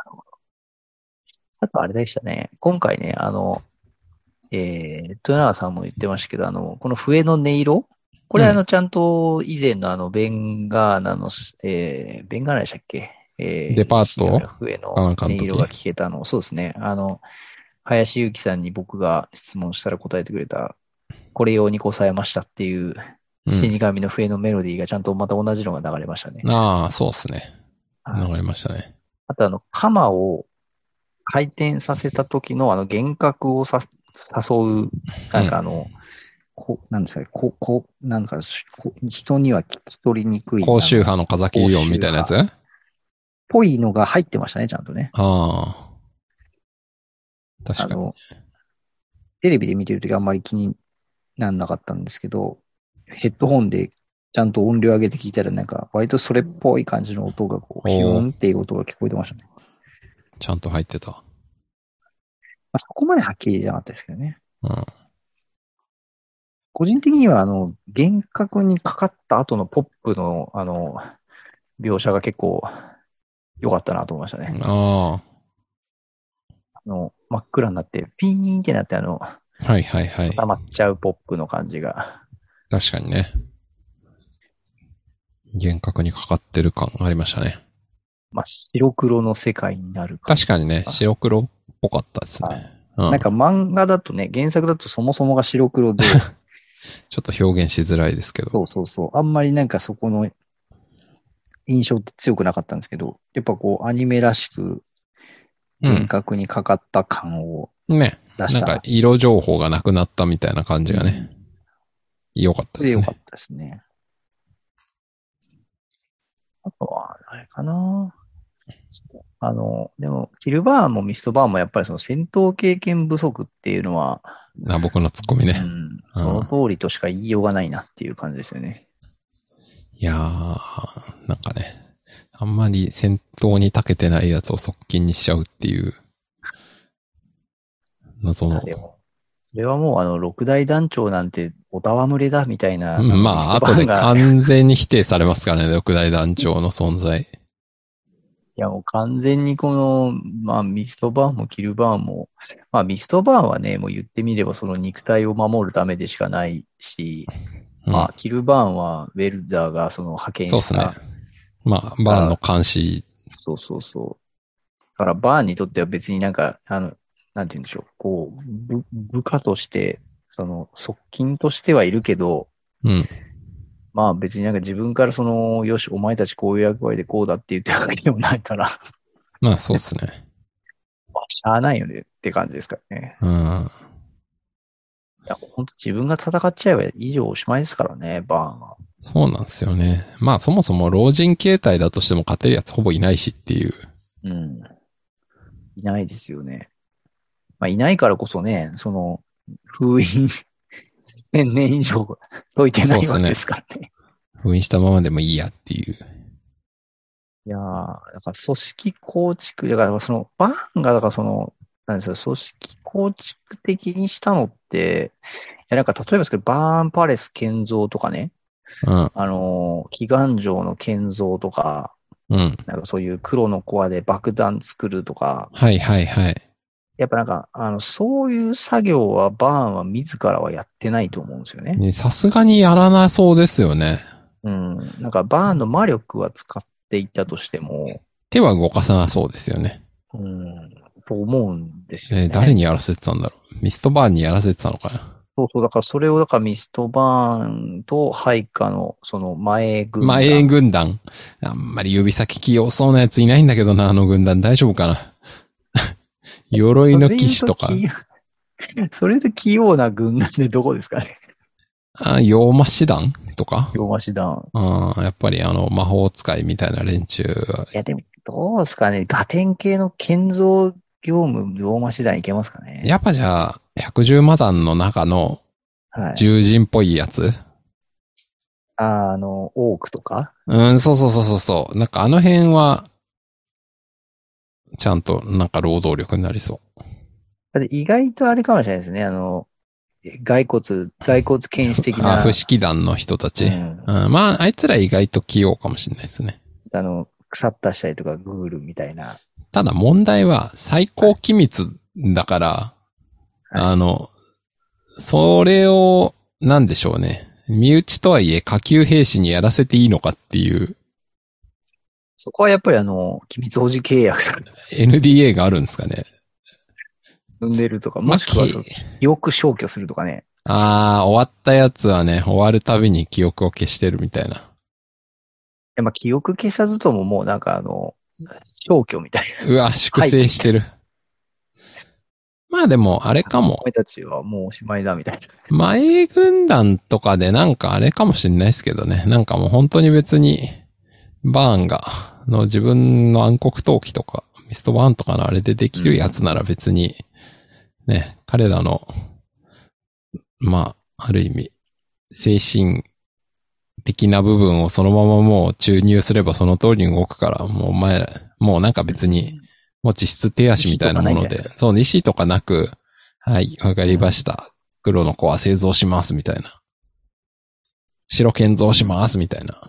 S2: ど。あとあれでしたね。今回ね、あの、えー、豊永さんも言ってましたけど、あの、この笛の音色これ、
S1: うん
S2: あの、ちゃんと以前のあの、ベンガーナの、えー、ベンガーナでしたっけえー、
S1: デパート
S2: 笛の
S1: あなんか
S2: 音
S1: の時
S2: 色が聞けたの。そうですね。あの、林ゆきさんに僕が質問したら答えてくれた、これ用にこさえましたっていう、
S1: うん
S2: 死神の笛のメロディーがちゃんとまた同じのが流れましたね。
S1: ああ、そうっすね。
S2: はい
S1: 流れましたね。
S2: あとあの、鎌を回転させた時のあの幻覚をさ誘う、なんかあの、こう、なんですかね、こう、こう、なんかしこう人には聞き取りにくい。
S1: 高周
S2: なんか
S1: 波の風切り音みたいなやつ
S2: 高
S1: あ
S2: ぽいのが入ってましたね、ちゃんとね。
S1: あ。確か
S2: あ
S1: に。
S2: の、テレビで見てるときあんまり気になんなかったんですけど、ヘッドホンでちゃんと音量上げて聞いたらなんか割とそれっぽい感じの音がこう、ヒューンっていう音が聞こえてましたね。
S1: ちゃんと入ってた。
S2: まあ、そこまではっきりじゃなかったですけどね。
S1: うん。
S2: 個人的には、あの、幻覚にかかった後のポップの、あの、描写が結構良かったなと思いましたね。
S1: あ
S2: あの、真っ暗になって、ピーンってなって、あの、
S1: あ。はいはいはい。
S2: 固まっちゃうポップの感じが。
S1: 確かにね。幻覚にかかってる感ありましたね。
S2: まあ、白黒の世界になる感じ
S1: 確かにね、
S2: あ
S1: 白黒っぽかったですね。うん、
S2: なんか漫画だとね、原作だとそもそもが白黒で、
S1: ちょっと表現しづらいですけど。
S2: そうそうそう。あんまりなんかそこの印象って強くなかったんですけど、やっぱこうアニメらしく幻覚にかかった感を
S1: うん。ね。
S2: 出し
S1: なん
S2: た
S1: か色情報がなくなったみたいな感じがね、良かった
S2: で
S1: です
S2: よかっ
S1: ね。
S2: たですね。あとは、あれかな。あの、でも、キルバーンもミストバーンもやっぱりその戦闘経験不足っていうのは、
S1: な僕のツッコミ
S2: う
S1: ね。
S2: ん、その通りとしか言いようがないなっていう感じですよね。
S1: いやー、なんかね、あんまり戦闘に長けてないやつを側近にしちゃうっていう、謎の。
S2: でも、それはもうあの、六大団長なんておたわむれだみたいな。
S1: うんまあ、
S2: ミスト
S1: 後
S2: バー
S1: で
S2: ンが
S1: 完全に否定されますからね、六大団長の存在。
S2: いや、もう完全にこの、まあ、ミストバーンもキルバーンも、まあ、ミストバーンはね、もう言ってみれば、その肉体を守るためでしかないし、
S1: うん
S2: まあ、キルバーンは、ウェルダーがその派遣
S1: そうです
S2: し
S1: ね
S2: た。。
S1: まあ、バーンの監視、
S2: そうそうそう。だから、バーンにとっては別になんか、あの、なんて言うんでしょう、こう、部部下として、その、側近としてはいるけど、
S1: うん。
S2: まあ別になんか自分からその、よし、お前たちこういう役割でこうだって言ってるわけでもないから、
S1: まあ、そうですね。
S2: まあしゃあないよねって感じですからね。
S1: うん。
S2: いや、本当自分が戦っちゃえば以上おしまいですからね、バーンは。
S1: そうなんですよね。まあ、そもそも老人形態だとしても勝てるやつほぼいないしっていう。
S2: うん。いないですよね。まあ、いないからこそね、その、封印、1000年以上解いてない
S1: そうっす
S2: わけ
S1: ね
S2: ですからね。
S1: 封印したままでもいいやっていう。
S2: いやー、だから組織構築、だからその、バーンが、だからその、なんですよ、組織構築的にしたのって、いや、なんか例えばですけど、バーンパレス建造とかね、
S1: うん。
S2: あのー、祈願城の建造とか、
S1: うん。
S2: なんかそういう黒のコアで爆弾作るとか、
S1: はいはいはい。
S2: やっぱなんか、あの、そういう作業はバーンは自らはやってないと思うんですよね。
S1: ねさすがにやらなそうですよね。
S2: うん。なんかバーンの魔力は使っていたとしても、
S1: 手は動かさなそうですよね。
S2: うん、と思うんですよ
S1: え
S2: ね。
S1: ー誰にやらせてたんだろう。ミストバーンにやらせてたのかな。
S2: そうそう、だからそれを、だからミストバーンと配下の、その前軍
S1: まあ、永遠
S2: 軍。
S1: 軍団。あんまり指先器用そうなやついないんだけどな、あの軍団。大丈夫かな。 鎧の騎士とか
S2: それ。言うと 器。それと器用な軍団でどこですかね。
S1: あ、洋魔師団とか
S2: 洋菓子団。
S1: ああ、やっぱりあの、魔法使いみたいな連中は、
S2: いや、でも、どうですかね。ガテン系の建造業務、洋菓子団いけますかね。
S1: やっぱじゃあ、百獣魔団の中の
S2: はい。
S1: 獣人っぽいやつ、
S2: あの、オークとか
S1: うん、そうそうそうそうそう。なんかあの辺は、ちゃんとなんか労働力になりそ
S2: だって意外とあれかもしれないですね。あの、骸骨、骸骨剣士的
S1: あ、
S2: な。
S1: 不死鬼団の人たち。
S2: うん
S1: うん、まあ、あいつら意外と器用かもしれないですね。
S2: あの、腐ったしたりとか、グールみたいな。
S1: ただ問題は最高機密だから、
S2: はい
S1: あの、それを、なんでしょうね。身内とはいえ下級兵士にやらせていいのかっていう
S2: そこはやっぱりあの、機密保持契約とか
S1: NDA があるんですかね。
S2: 積んでるとか、
S1: まあ
S2: もしくは
S1: き
S2: その記憶消去するとかね。
S1: ああ、終わったやつはね、終わるたびに記憶を消してるみたいな。
S2: いやまあ、記憶消さずとももうなんかあの、消去みたいう
S1: わ、粛清してる。まあでも、あれか
S2: な。
S1: も。
S2: 俺たちはもうおしまいだみたいな。
S1: 前軍団とかでなんかあれかもしれないですけどね。なんかもう本当に別に、バーンが、の自分の暗黒陶器とか、ミストバーンとかのあれでできるやつなら別に、ね、彼らの、まあ、ある意味、精神的な部分をそのままもう注入すればその通りに動くから、もうお前ら、もうなんか別に、もう実質手足みたいなもの
S2: 意思とかないん
S1: で、そう、意思とかなく、はい、わかりました。黒の子は製造します、みたいな。白建造します、みたいな。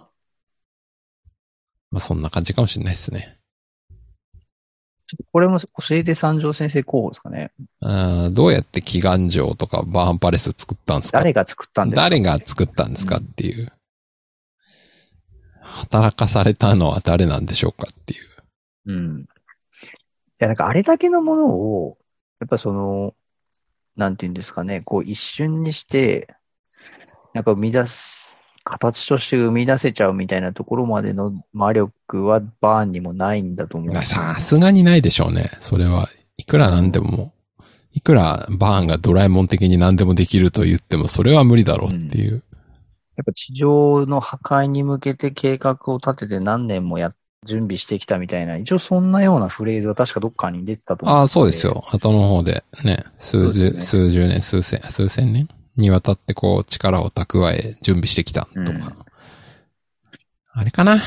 S1: まあ、そんな感じかもしれないですね。
S2: これも教えて三条先生候補ですかね。
S1: あーどうやって祈願城とかバーンパレス作ったんですか
S2: 誰が作ったんですか
S1: 誰が作ったんですかっていう。働かされたのは誰なんでしょうかっていう。
S2: うん。いや、なんかあれだけのものを、やっぱその、なんていうんですかね、こう一瞬にして、なんか生み出す、形として生み出せちゃうみたいなところまでの魔力はバーンにもないんだと思う。
S1: さすがにないでしょうね。それは。いくらなんでも。いくらバーンがドラえもん的に何でもできると言っても、それは無理だろうっていう。
S2: やっぱ地上の破壊に向けて計画を立てて何年もや、準備してきたみたいな、一応そんなようなフレーズは確かどっかに出てたと思う。
S1: ああ、そうです。よ。後の方で、ね、数
S2: そうで
S1: 十、
S2: すね
S1: 数十年、数千、数千年にわたってこう、力を蓄え、準備してきたとか。
S2: うん
S1: あれかな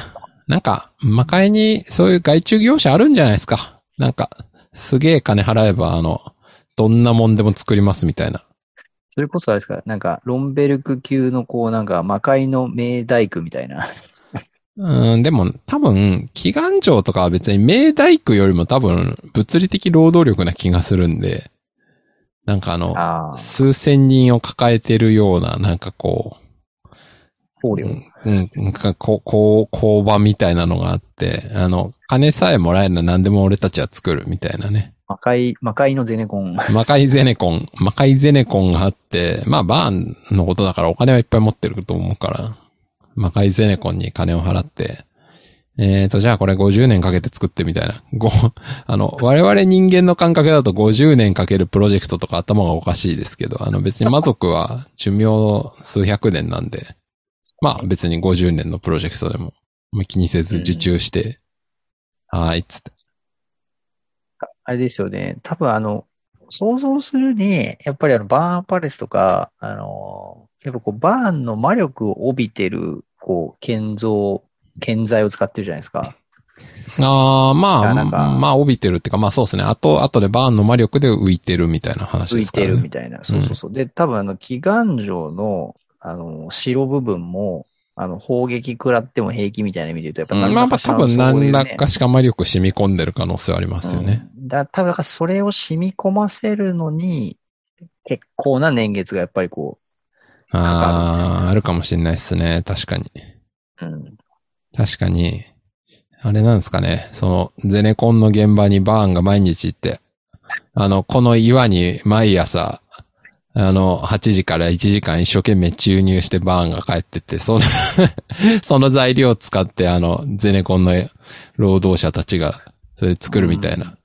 S1: なんか、魔界にそういう外注業者あるんじゃないですかなんか、すげえ金払えば、あの、どんなもんでも作りますみたいな。
S2: それこそあれですか、なんか、ロンベルク級のこう、なんか、魔界の名大工みたいな。
S1: うん、でも、多分、祈願城とかは別に明大工よりも多分、物理的労働力な気がするんで、なんかあの、
S2: ああ、
S1: 数千人を抱えてるような、なんかこ
S2: 僧
S1: う、う
S2: 侶。
S1: ん、うん、なんかこう、こう、工場みたいなのがあって、あの、金さえもらえるなら何でも俺たちは作るみたいなね。
S2: 魔界、魔界のゼネコン。
S1: 魔界ゼネコン、魔界ゼネコンがあって、まあバーンのことだからお金はいっぱい持ってると思うから、魔界ゼネコンに金を払って、えーと、じゃあこれ50年かけて作ってみたいな。ご、あの、我々人間の感覚だと50年かけるプロジェクトとか頭がおかしいですけど、あの別に魔族は寿命数百年なんで、まあ別に50年のプロジェクトでも気にせず受注して、はーいっつって。
S2: あれですよね。多分あの、想像するに、やっぱりあの、バーンパレスとか、あの、やっぱこう、バーンの魔力を帯びてる、こう、建造、建材を使ってるじゃないですか。
S1: ああ、ま
S2: い
S1: あ、
S2: やなんか
S1: まあ、帯びてるっていうか、まあそうですね。あと、あとでバーンの魔力で浮いてるみたいな話
S2: 浮
S1: で
S2: い
S1: すか
S2: て
S1: ら、ね。
S2: るみたいな。そうそうそう。で、多分あの、祈願城の、あの、城部分も、あの、砲撃食らっても平気みたいな意味で言うと、やっぱ
S1: うん
S2: 何
S1: まあ
S2: ら
S1: まあ、
S2: かし
S1: 多
S2: らの
S1: 分
S2: そうい
S1: 何
S2: う
S1: ら
S2: ね
S1: かしか魔力染み込んでる可能性はありますよね。
S2: うんだ、多分だからそれを染み込ませるのに、結構な年月がやっぱりこ
S1: ああ、あるかもしれないですね。確かに。
S2: う、うん、
S1: 確かに。あれなんですかね。その、ゼネコンの現場にバーンが毎日行って、あの、この岩に毎朝、あの、8時から1時間一生懸命注入してバーンが帰ってって、その、 その材料を使って、あの、ゼネコンの労働者たちが、それ作るみたいな。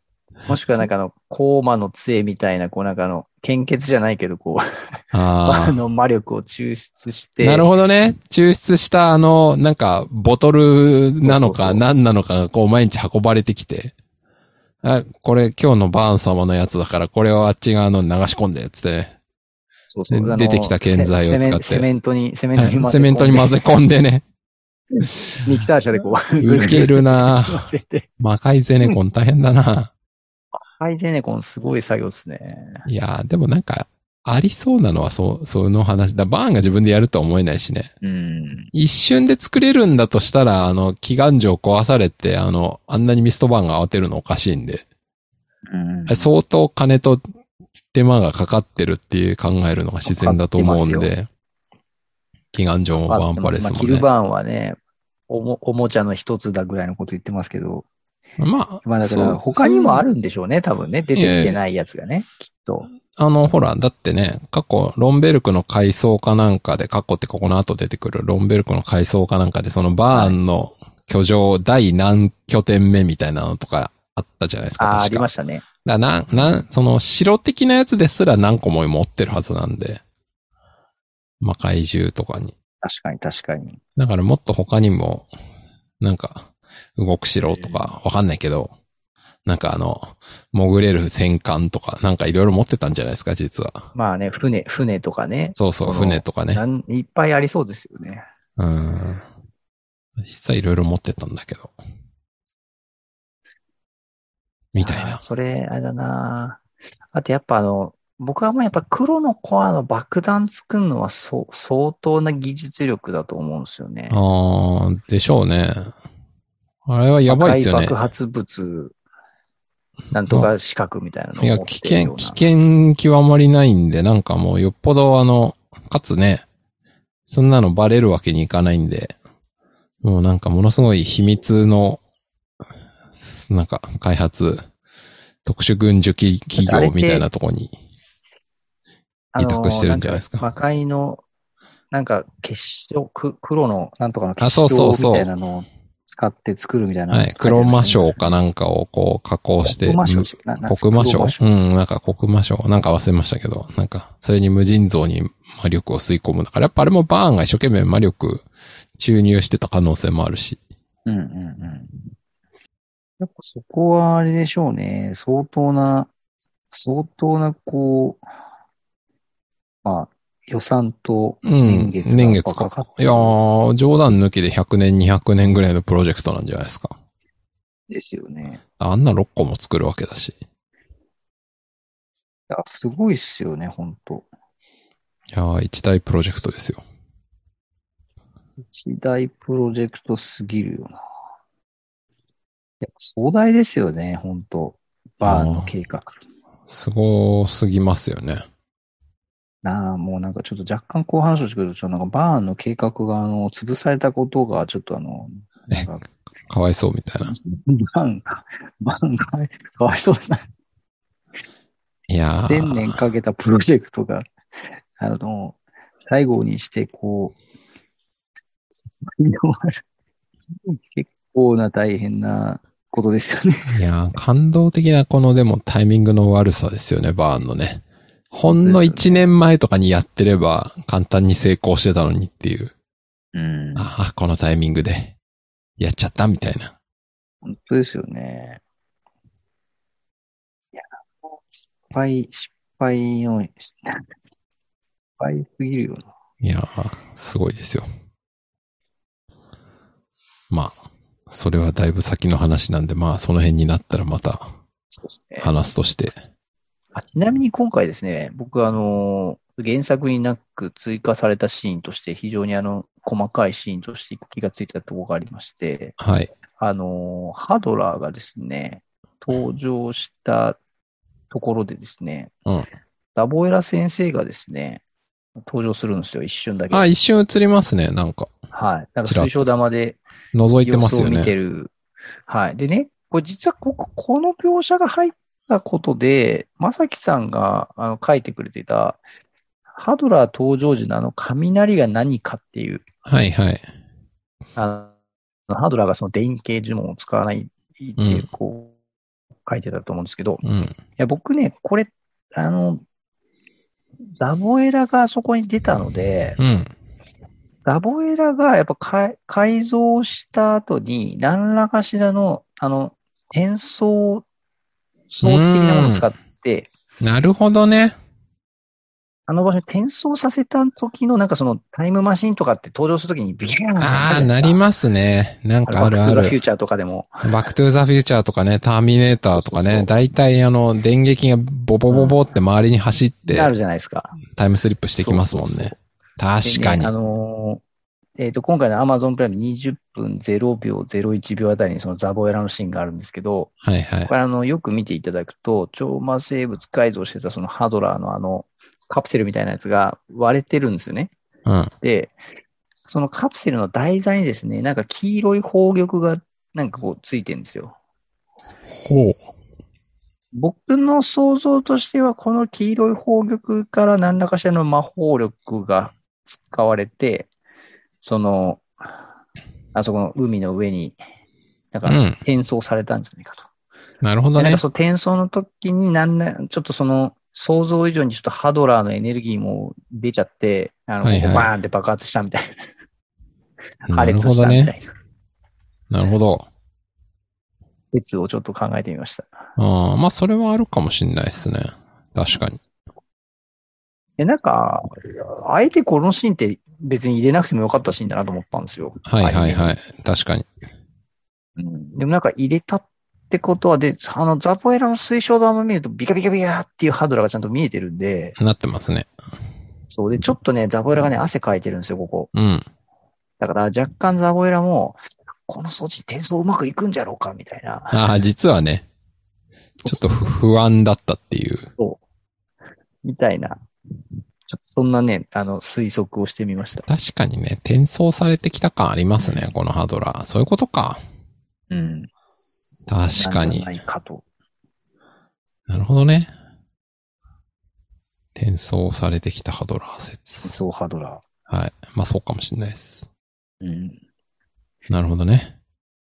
S2: もしくはなんかあの、コーマの杖みたいな、こうなんかあの、献血じゃないけど、こう、
S1: あ
S2: あ
S1: あ。
S2: の魔力を抽出して、
S1: なるほどね。抽出したあの、なんか、ボトルなの
S2: そうそ
S1: か
S2: うそう
S1: 何なのかがこう毎日運ばれてきて、あ、これ今日のバーン様のやつだから、これをあっち側の流し込んで、つってね。
S2: そうそう
S1: で
S2: あの
S1: 出てきた建材を使って
S2: セセメンセメントに、セメントに
S1: は
S2: 混ぜ込ん
S1: い
S2: で
S1: セメントに混ぜ込んでね。
S2: ミキサー車でこう、
S1: ウケる なぁ
S2: 混ぜて。
S1: 魔界ゼネコン大変だな。
S2: ハイゼネコンすごい作業ですね。
S1: いやーでもなんか、ありそうなのはそう、その話。だバーンが自分でやるとは思えないしね。
S2: うん。
S1: 一瞬で作れるんだとしたら、あの、祈願城壊されて、あの、あんなにミストバーンが慌てるのおかしいんで。
S2: うん
S1: あれ相当金と手間がかかってるっていう考えるのが自然だと思うん
S2: かかっ
S1: で。祈願城もバーンパレス
S2: まあ
S1: も
S2: キル
S1: ね。
S2: バーンはね、おも、おもちゃの一つだぐらいのこと言ってますけど、
S1: まあ、
S2: まあだか
S1: そう
S2: ら他にもあるんでしょうね、多分ね。出てきてないやつがね、きっと。
S1: あの、ほら、だってね、過去、ロンベルクの階層かなんかで、過去ってここの後出てくる、ロンベルクの階層かなんかで、そのバーンの居城第何拠点目みたいなのとかあったじゃないですか、
S2: ああ、あ
S1: 確
S2: り
S1: か。
S2: ましたね。
S1: だなん、なん、その、城的なやつですら何個も持ってるはずなんで。まあ、怪獣とかに。
S2: 確かに、確かに。
S1: だからもっと他にも、なんか、動く城とか、わかんないけど、なんかあの、潜れる戦艦とか、なんかいろいろ持ってたんじゃないですか、実は。
S2: まあね、船、船とかね。
S1: そうそう、
S2: この
S1: 船とかね。
S2: なんいっぱいありそうですよね。
S1: うん。実際いろいろ持ってたんだけど。みたい
S2: あ
S1: な
S2: ー。それ、あれだなあとやっぱあの、僕はもうやっぱ黒のコアの爆弾作るのはそう相当な技術力だと思うんですよね。
S1: あー、でしょうね。あれはやばいですよね
S2: 赤。爆発物、なんとか資格みたいなのを
S1: い
S2: 持っ
S1: や、
S2: てるような。
S1: 危険、危険極まりないんで、なんかもうよっぽどあの、かつね、そんなのバレるわけにいかないんで、もうなんかものすごい秘密の、なんか開発、特殊軍需企企業みたいなとこに。
S2: あの
S1: 委託してるんじゃないですか
S2: なん魔界の、なんか結晶、く黒の、なんとかの
S1: あ
S2: 結
S1: そ
S2: 晶
S1: うそうそう
S2: みたいなのを使って作るみたいな。
S1: はい。黒魔章かなんかをこう加工して。
S2: 黒魔章
S1: む黒魔章うん、なんか黒魔章なんか忘れましたけど、なんか、それに無尽蔵に魔力を吸い込む。だからやっぱあれもバーンが一生懸命魔力注入してた可能性もあるし。
S2: うんうんうん。やっぱそこはあれでしょうね。相当な、相当な、こう、まあ、予算と
S1: うん。
S2: 年月が
S1: 年月か
S2: かかっ。
S1: い
S2: てる
S1: やー、冗談抜きで100年、200年ぐらいのプロジェクトなんじゃないですか。
S2: ですよね。
S1: あんな6個も作るわけだし。
S2: いやすごいっすよね、ほんと。
S1: いやー、一大プロジェクトですよ。
S2: 一大プロジェクトすぎるよな。やっぱ壮大ですよね、ほんと。バーンの計画。
S1: すごすぎますよね。
S2: なあ、もうなんかちょっと若干後半してくると、ちょっとなんかバーンの計画が、あの、潰されたことが、ちょっとあの、なんか
S1: かわいそうみたいな。
S2: バンが、バンが、かわいそうな。
S1: いやー。
S2: 千年かけたプロジェクトが、あの、最後にして、こう、終わる。結構な大変なことですよね。
S1: いやー、感動的なこのでもタイミングの悪さですよね、バーンのね。ほんの1年前とかにやってれば簡単に成功してたのにっていう。
S2: うん
S1: ああ、このタイミングでやっちゃったみたいな。
S2: 本当ですよね。いや、失敗、失敗の、失敗すぎるよな。
S1: いやー、すごいですよ。まあ、それはだいぶ先の話なんで、まあその辺になったらまた
S2: そうですね
S1: 話すとして。
S2: あちなみに今回ですね、僕あの、原作になく追加されたシーンとして、非常にあの、細かいシーンとして気がついたところがありまして、
S1: はい。
S2: あの、ハドラーがですね、登場したところでですね、
S1: うん
S2: ダボエラ先生がですね、登場するんですよ、一瞬だけ。
S1: あ、一瞬映りますね、なんか。
S2: はい。なんか
S1: ちらっと
S2: 水晶玉で
S1: 覗いてますよ
S2: 様子を見て
S1: ね。
S2: る。はい。でね、これ実はこここの描写が入ったことで、まさきさんがあの書いてくれていた、ハドラー登場時のあの雷が何かっていう、
S1: はいはい。
S2: あのハドラーがその電形呪文を使わないっていうう、こう、書いてたと思うんですけど、い
S1: うん。
S2: や、僕ね、これ、あの、ダボエラがそこに出たので、
S1: うん。
S2: ダボエラがやっぱ改改造した後に何らかしらの、あの、転送装置的なものを使って、
S1: なるほどね。
S2: あの場所に転送させた時の、なんかそのタイムマシンとかって登場するときにビキャーン
S1: ああ、なりますね。なんかあるあ
S2: バックトゥーザフュ
S1: る
S2: ー。チャーとかでも。
S1: バックトゥーザフューチャーとかね、ターミネーターとか
S2: そうそうそ
S1: ね、
S2: う
S1: 大体あの、電撃がボボボボって周りに走って、
S2: あるじゃないですか。
S1: タイムスリップしてきますもん
S2: そうそう
S1: ね
S2: そ。
S1: 確か
S2: で
S1: に
S2: ねあ。のーえっ、と、今回の Amazon プライム20分0秒01秒あたりにそのザボエラのシーンがあるんですけど、
S1: はいはい
S2: こ。れあの、よく見ていただくと、超魔生物改造してたそのハドラーのあの、カプセルみたいなやつが割れてるんですよね。
S1: うん。
S2: で、そのカプセルの台座にですね、なんか黄色い宝玉がなんかこうついてるんですよ。
S1: ほう。
S2: 僕の想像としては、この黄色い宝玉から何らかしらの魔法力が使われて、その、あそこの海の上に、なん
S1: う
S2: か
S1: ん
S2: 転送されたんじゃないかと。
S1: なるほど
S2: でなん
S1: ね
S2: か。その転送の時に何ら、ちょっとその想像以上にちょっとハドラーのエネルギーも出ちゃって、あの、
S1: はいはい
S2: バーンって爆発したみたい
S1: な
S2: な。破
S1: る
S2: 裂
S1: ほ
S2: した
S1: ど
S2: みた
S1: ね。
S2: いな。
S1: なるほど。
S2: 説をちょっと考えてみました。
S1: ああ、まあそれはあるかもしんないですね。確かに。
S2: え、なんか、あえてこのシーンって別に入れなくてもよかったシーンだなと思ったんですよ。
S1: はいはい
S2: い。
S1: はい。確かに。
S2: うん、でもなんか入れたってことは、で、あの、ザポエラの水晶玉見るとビカビカビカっていうハードラーがちゃんと見えてるんで、
S1: なってますね。
S2: そうで、ちょっとね、ザポエラがね、汗かいてるんですよ、ここ。
S1: うん。
S2: だから若干ザボエラも、この装置転送うまくいくんじゃろうかみたいな。
S1: ああ、実はね、ちょっと不安だったっていう。
S2: みたいな。ちょっとそんなね、あの、推測をしてみました。
S1: 確かにね、転送されてきた感ありますね、このハドラー。そういうことか。
S2: うん。
S1: 確かに
S2: な。んじゃないかと。
S1: なるほどね。転送されてきたハドラー
S2: 転
S1: 説。
S2: 送ハドラ
S1: はい。まあそうかもしんないです。
S2: ー。うん。
S1: なるほどね。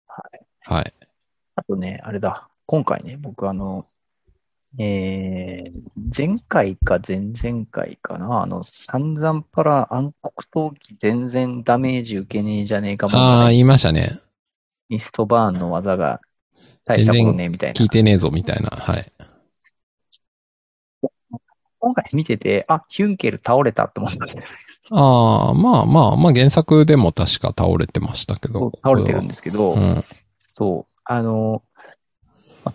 S2: は
S1: はい。
S2: あとね、あれだ。今回ね、僕あの、えー、前回か前々回かな、あの、散々パラ暗黒闘技全然ダメージ受けねえじゃねえかも、
S1: ああ、言いましたね。
S2: ミストバーンの技が大したことねえみたいな
S1: 聞い。てねえぞ、みたいな。はい。
S2: 今回見てて、あ、ヒュンケル倒れたって思ったんですね。
S1: ああ、まあまあ、まあ原作でも確か倒れてましたけど。
S2: 倒れてるんですけど、
S1: うん。
S2: そう、あの、ま、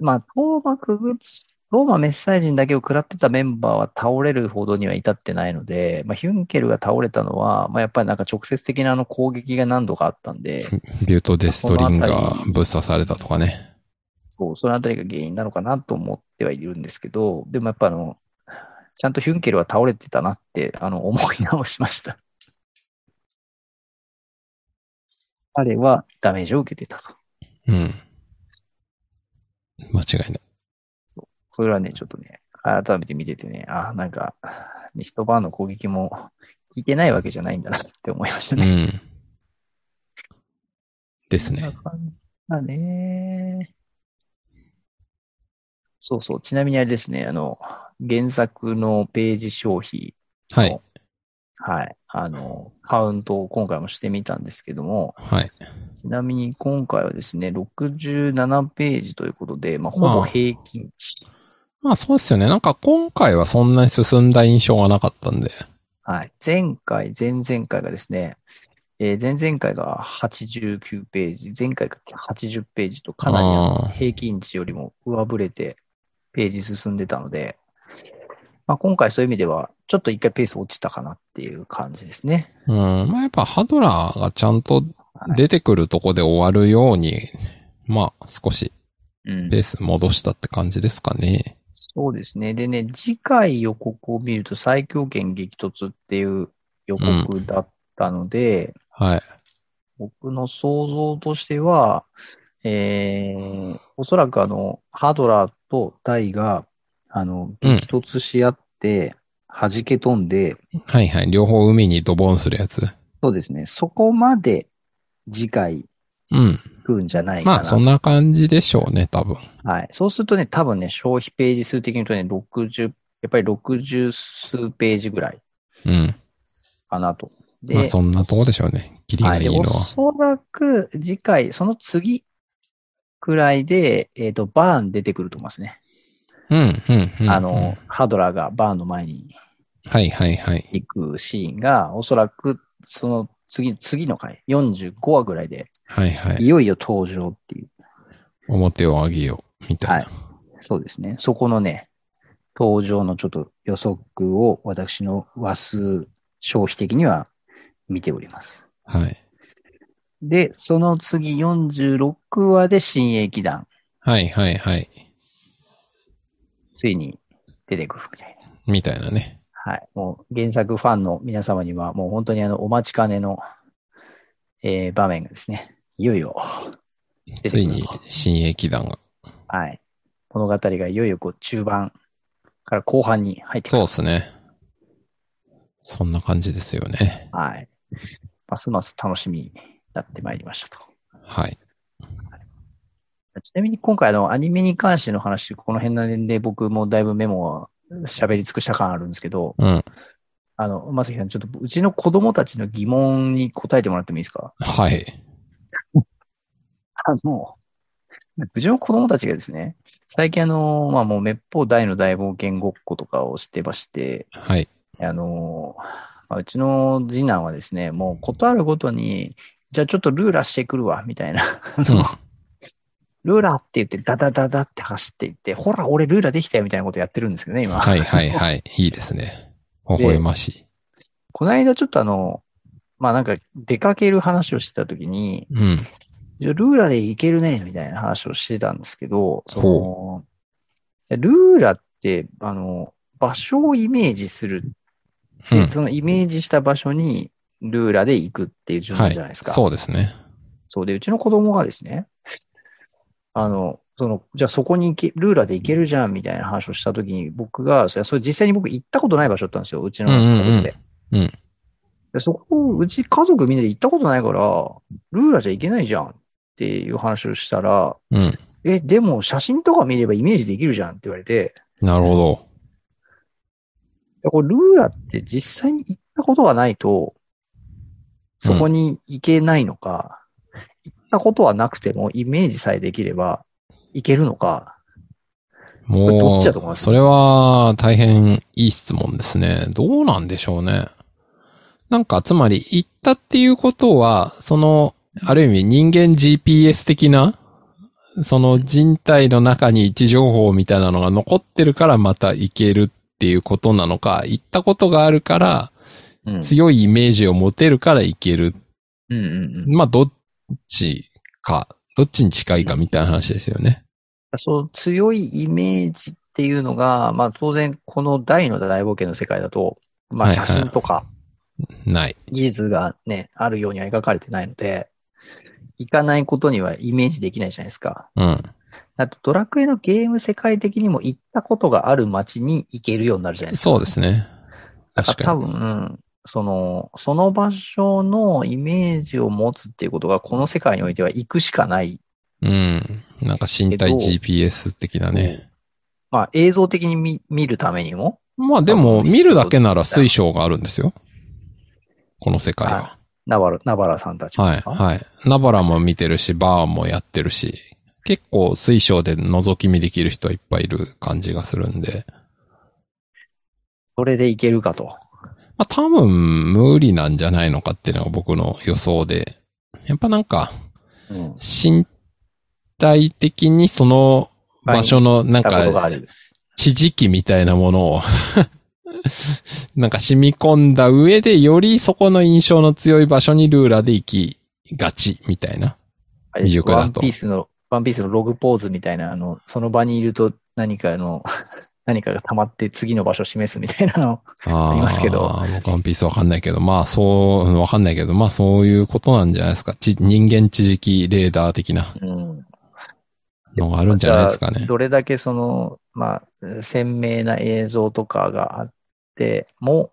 S2: まあ、トーマクグチ、ローマメッサージンだけを食らってたメンバーは倒れるほどには至ってないので、まあ、ヒュンケルが倒れたのは、まあ、やっぱりなんか直接的なあの攻撃が何度かあったんで、
S1: ビュートデストリン
S2: この
S1: が
S2: 辺
S1: ぶっ刺されたとかね。
S2: そう、そのあたりが原因なのかなと思ってはいるんですけど、でもやっぱあの、ちゃんとヒュンケルは倒れてたなって、あの、思い直しました。彼はダメージを受けてたと。
S1: うん。間違いない。
S2: それはね、ちょっとね、改めて見ててね、あ、なんか、ミストバーンの攻撃も効いてないわけじゃないんだなって思いました
S1: う
S2: ね。
S1: ん。です
S2: そん
S1: ね
S2: な。感じだね。そうそう。ちなみにあれですね、あの、原作のページ消費、
S1: はい。
S2: はい。あの、カウントを今回もしてみたんですけども、
S1: はい。
S2: ちなみに今回はですね、67ページということで、まあ、ほぼ平均値。
S1: まあそうですよね。なんか今回はそんなに進んだ印象がなかったんで。
S2: はい。前回、前々回がですね、えー前々回が89ページ、前回が80ページとかなりあの
S1: あー
S2: 平均値よりも上振れてページ進んでたので、まあ、今回そういう意味では、ちょっと一回ペース落ちたかなっていう感じですね。
S1: うん。まあやっぱハドラーがちゃんと
S2: はい
S1: 出てくるとこで終わるように、まあ少し
S2: うん
S1: ペース戻したって感じですかね。
S2: そうですね。でね、次回予告を見ると最強圏激突っていう予告だったので、
S1: はい。
S2: 僕の想像としては、えー、おそらくあの、ハドラーとダイが、あの、
S1: うん
S2: 激突し合って、弾け飛んで、
S1: はいはい。両方海にドボンするやつ。
S2: そうですね、そこまで次回
S1: うん。
S2: 来るんじゃないかな。
S1: まあそんな感じでしょうね、多分。
S2: はい。そうするとね、多分ね、消費ページ数的に言うとね、60、やっぱり60数ページぐらい
S1: うん。
S2: かなと。で、
S1: まあそんなとこでしょうね。キリがいいの
S2: はい、でお
S1: は。
S2: そらく次回、その次くらいで、えっ、と、バーン出てくると思いますね。
S1: うん、うん、うん。
S2: あの、ハドラーがバーンの前に
S1: はいはいはい。
S2: いくシーンが、おそらく、その次、次の回、45話ぐらいで、
S1: はいはいい。
S2: よいよ登場っていう。
S1: 表を上げよう。みたいな。
S2: はいそうですね。そこのね、登場のちょっと予測を私の話数消費的には見ております。
S1: はい。
S2: で、その次46話で新駅団、
S1: はいはいはい。
S2: ついに出てくるみたいな。
S1: みたいなね。
S2: はい。もう原作ファンの皆様には、もう本当にあの、お待ちかねの、えー場面がですね、いよいよ、てくる
S1: ついに、新駅団が。
S2: はい。物語がいよいよこう中盤から後半に入ってく
S1: そう
S2: る。
S1: ですね。そんな感じですよね。
S2: はい。ますます楽しみになってまいりましたと。
S1: はい。
S2: ちなみに今回あのアニメに関しての話、この辺なんで僕もだいぶメモは喋り尽くした感あるんですけど、
S1: うん。
S2: あの、まさきさん、ちょっとうちの子供たちの疑問に答えてもらってもいいですか
S1: はい。
S2: あの、うちの子供たちがですね、最近あの、まあもう滅法大の大冒険ごっことかをしてまして、
S1: はい。
S2: あのーまあ、うちの次男はですね、もうことあるごとに、じゃあちょっとルーラしてくるわ、みたいな。あのルーラって言って、ダダダダって走っていって、ほら、俺ルーラできたよ、みたいなことやってるんですけどね、今。
S1: はいはいはい。いいですね。微笑まし
S2: この間ちょっとあの、まあなんか出かける話をしてた時に、
S1: い。うん。
S2: いやルーラでいけるね、みたいな話をしてたんですけど、その
S1: ほ、
S2: ルーラって、あの、場所をイメージする
S1: う
S2: で
S1: ん。
S2: そのイメージした場所にルーラで行くっていう順
S1: は
S2: 番じゃな
S1: い。
S2: いですか。
S1: そうですね。
S2: そうで、うちの子供がですね、あの、その、じゃあそこに行け、ルーラで行けるじゃんみたいな話をしたときに、僕が、それそれ実際に僕行ったことない場所だったんですよ、うちの家族で。
S1: うんうんうんうん
S2: でそこ、うち家族みんなで行ったことないから、ルーラじゃ行けないじゃんっていう話をしたら、
S1: うん。
S2: え、でも写真とか見ればイメージできるじゃんって言われて、
S1: なるほど。
S2: いやこれルーラって実際に行ったことがないと、そこに行けないのか、行ったことはなくてもイメージさえできれば行けるのか、これど
S1: も
S2: っちだと思いま
S1: う、
S2: す
S1: それは大変いい質問ですね。どうなんでしょうね。なんか、つまり、行ったっていうことは、その、ある意味人間 GPS 的な、その人体の中に位置情報みたいなのが残ってるからまた行けるっていうことなのか、行ったことがあるから
S2: うん
S1: 強いイメージを持てるから行ける。
S2: うんうんうん、
S1: まあ、どっちか、どっちに近いかみたいな話ですよね。
S2: そう強いイメージっていうのが、まあ当然この大の大冒険の世界だと、まあ
S1: はいは
S2: 写
S1: い
S2: 真とか
S1: ない。
S2: 技術がね、あるようには描かれてないので、行かないことにはイメージできないじゃないですか。
S1: うん。
S2: あとドラクエのゲーム世界的にも行ったことがある街に行けるようになるじゃないですか。
S1: そうですね。確か
S2: 多
S1: に。
S2: 分、うんその、その場所のイメージを持つっていうことが、この世界においては行くしかない。
S1: うん。なんか身体
S2: けど
S1: GPS 的なね。
S2: まあ映像的に見見るためにも、
S1: まあでも、見るだけなら水晶があるんですよ。この世界は。
S2: ナバラ、ナバラさんたちも
S1: はい、はい。ナバラも見てるし、バーンもやってるし、結構水晶で覗き見できる人はいっぱいいる感じがするんで。
S2: それで行けるかと。
S1: まあ多分、無理なんじゃないのかっていうのが僕の予想で。やっぱなんか、
S2: うん。
S1: 身体的にその場所のなん
S2: 行ったことが
S1: か
S2: あ、る。
S1: 地磁気みたいなものを、 なんか染み込んだ上で、よりそこの印象の強い場所にルーラーで行きがち、みたいな。
S2: あれで
S1: 未
S2: す
S1: 熟だと
S2: ワンピースの、ワンピースのログポーズみたいな、あの、その場にいると何かの、 何かが溜まって次の場所を示すみたいなの。
S1: あー
S2: りますけど。
S1: 僕ワンピースわかんないけど、まあそううん、わかんないけど、まあそういうことなんじゃないですか。ち人間地磁気レーダー的な
S2: うん。
S1: のがあるんじゃないですか
S2: じゃあ
S1: ね。
S2: どれだけその、まあ、鮮明な映像とかがあっても、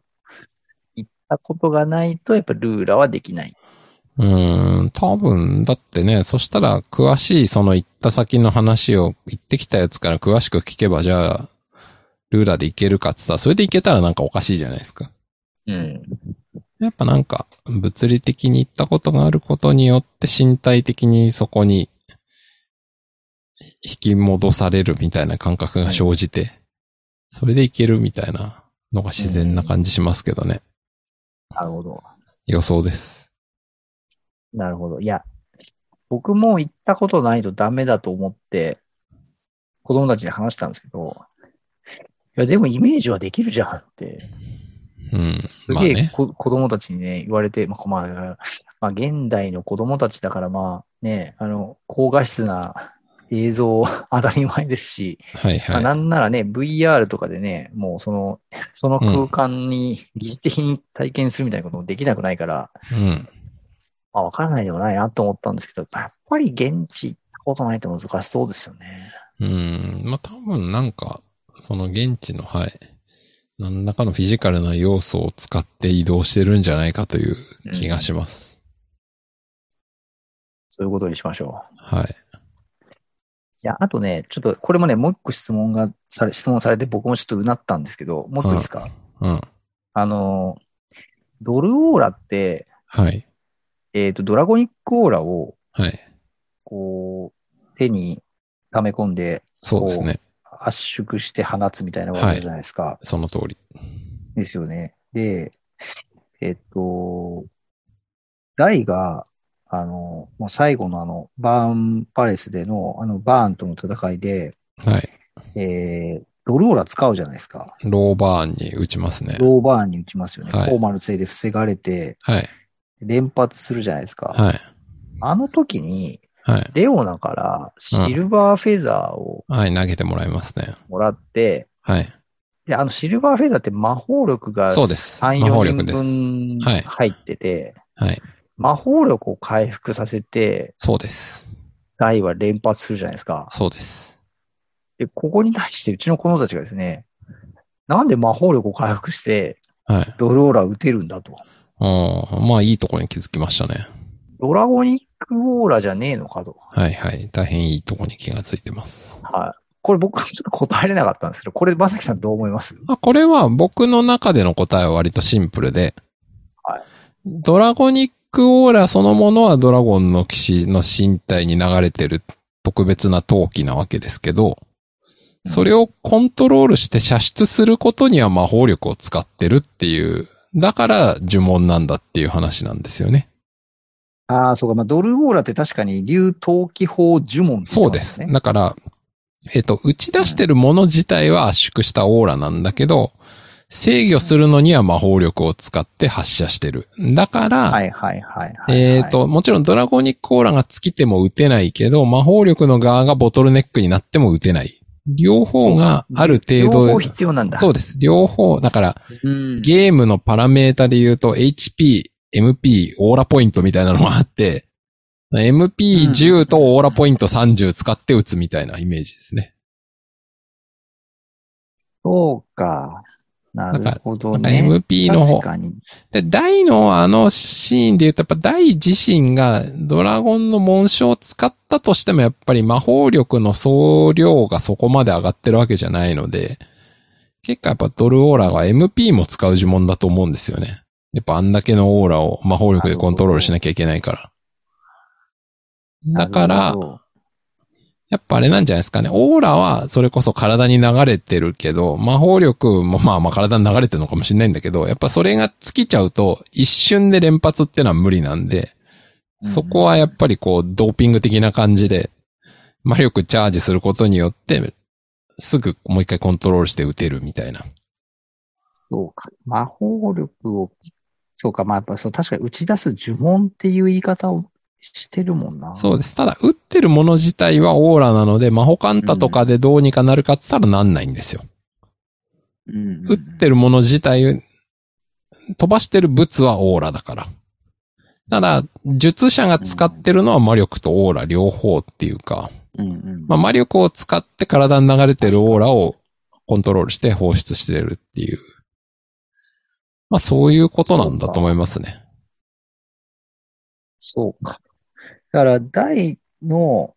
S2: 行ったことがないと、やっぱルーラはできない。
S1: うーん、多分、だってね、そしたら詳しいその行った先の話を行ってきたやつから詳しく聞けば、じゃあ、ルーラーで行けるかって言ったら、それで行けたらなんかおかしいじゃないですか。
S2: うん。
S1: やっぱなんか、物理的に行ったことがあることによって身体的にそこに引き戻されるみたいな感覚が生じて、それで行けるみたいなのが自然な感じしますけどね。
S2: なるほど。
S1: 予想です。
S2: なるほど。いや、僕も行ったことないとダメだと思って、子供たちに話したんですけど、いや、でもイメージはできるじゃんって、
S1: うん。
S2: す
S1: まあ
S2: げえ
S1: ね。
S2: こ、子供たちにね、言われて、まあ、まあ、まあ、現代の子供たちだから、まあね、あの、高画質な映像 当たり前ですし、
S1: はい
S2: まあ、
S1: は
S2: なんならね、VR とかでね、もうその、その空間に疑似的に体験するみたいなこともできなくないから、
S1: い。うん。
S2: まあ、わからないでもないなと思ったんですけど、やっぱり現地行ったことないと難しそうですよね。
S1: うん。まあ多分なんか、その現地の、はい。何らかのフィジカルな要素を使って移動してるんじゃないかという気がします。
S2: そういうことにしましょう。
S1: はい。
S2: いや、あとね、ちょっと、これもね、もう一個質問がされ、質問されて僕もちょっとうなったんですけど、もう一個いいですか、
S1: うん。
S2: あの、ドルオーラって、
S1: はい。
S2: えっ、と、ドラゴニックオーラを、
S1: はい。
S2: こう、手に溜め込んで
S1: そうですね。
S2: 圧縮して放つみたいなことあるじゃないですか。
S1: その通り。
S2: ですよね。で、えっと、ライが、あの、もう最後のあの、バーンパレスでの、あの、バーンとの戦いで、
S1: はい。
S2: えー、ドルオーラ使うじゃないですか。
S1: ローバーンに打ちますね。
S2: ローバーンに打ちますよね。
S1: はい
S2: フォーマル性で防がれて、
S1: はい。
S2: 連発するじゃないですか。
S1: はい。
S2: あの時に、
S1: はい。
S2: レオナからシルバーフェザーを
S1: はい。投げてもらいますね。
S2: もらって、
S1: はい。
S2: で、あの、シルバーフェザーって魔法力が
S1: そう
S2: 3、
S1: です。
S2: 4
S1: 魔法力
S2: 人
S1: です。
S2: 分
S1: はい
S2: 入ってて、
S1: はい。
S2: 魔法力を回復させて、
S1: そうです。
S2: ダイは連発するじゃないですか。
S1: そうです。
S2: で、ここに対してうちの子供たちがですね、なんで魔法力を回復して
S1: はい。
S2: ドルオーラを打てるんだと。
S1: うん。まあ、いいとこに気づきましたね。
S2: ドラゴニックオーラじゃねえのかと。
S1: はいはい。大変いいとこに気がついてます。
S2: はい。これ僕ちょっと答えれなかったんですけど、これ、まさきさんどう思います
S1: まあ、これは僕の中での答えは割とシンプルで、
S2: はい
S1: ドラゴニックオーラそのものはドラゴンの騎士の身体に流れてる特別な陶器なわけですけど、それをコントロールして射出することには魔法力を使ってるっていう、だから呪文なんだっていう話なんですよね。
S2: ああ、そうか。まあ、ドルオーラって確かに竜陶器法呪文って言
S1: そ
S2: っ
S1: うで
S2: てます
S1: す。
S2: ね。
S1: だから、えっ、と、打ち出してるもの自体は圧縮したオーラなんだけど、制御するのには魔法力を使って発射してる。だから、
S2: はいはいはいはい、はい。
S1: えっ、と、もちろんドラゴニックオーラが尽きても打てないけど、魔法力の側がボトルネックになっても打てない。両方がある程
S2: 両方
S1: 度、
S2: 必要なんだ。
S1: そうです。両方、だから、
S2: うん。
S1: ゲームのパラメータで言うと HP、MP、オーラポイントみたいなのがあって、MP10 とオーラポイント30使って打つみたいなイメージですね。
S2: そうか。なるほど
S1: なんか
S2: ね。
S1: MP の方
S2: 確。かに。
S1: で、ダイのあのシーンで言うと、やっぱダイ自身がドラゴンの紋章を使ったとしても、やっぱり魔法力の総量がそこまで上がってるわけじゃないので、結構やっぱドルオーラが MP も使う呪文だと思うんですよね。やっぱあんだけのオーラを魔法力でコントロールしなきゃいけないから。だか
S2: な
S1: ら
S2: るほ、ど
S1: やっぱあれなんじゃないですかね。オーラはそれこそ体に流れてるけど、魔法力もまあまあ体に流れてるのかもしれないんだけど、やっぱそれが尽きちゃうと、一瞬で連発ってのは無理なんで、そこはやっぱりこう、ドーピング的な感じで、魔力チャージすることによって、すぐもう一回コントロールして打てるみたいな。
S2: そうか。魔法力を、そうか。まあ、やっぱそう、確かに打ち出す呪文っていう言い方をしてるもんな。
S1: そうです。ただ、打ってるもの自体はオーラなので、魔法カンタとかでどうにかなるかって言ったらなんないんですよ。
S2: うん。
S1: 打ってるもの自体、飛ばしてる物はオーラだから。ただ、術者が使ってるのは魔力とオーラ両方っていうか、
S2: うんうん。
S1: まあ、魔力を使って体に流れてるオーラをコントロールして放出してるっていう。まあ、そういうことなんだと思いますね。
S2: そうか。だから、大の、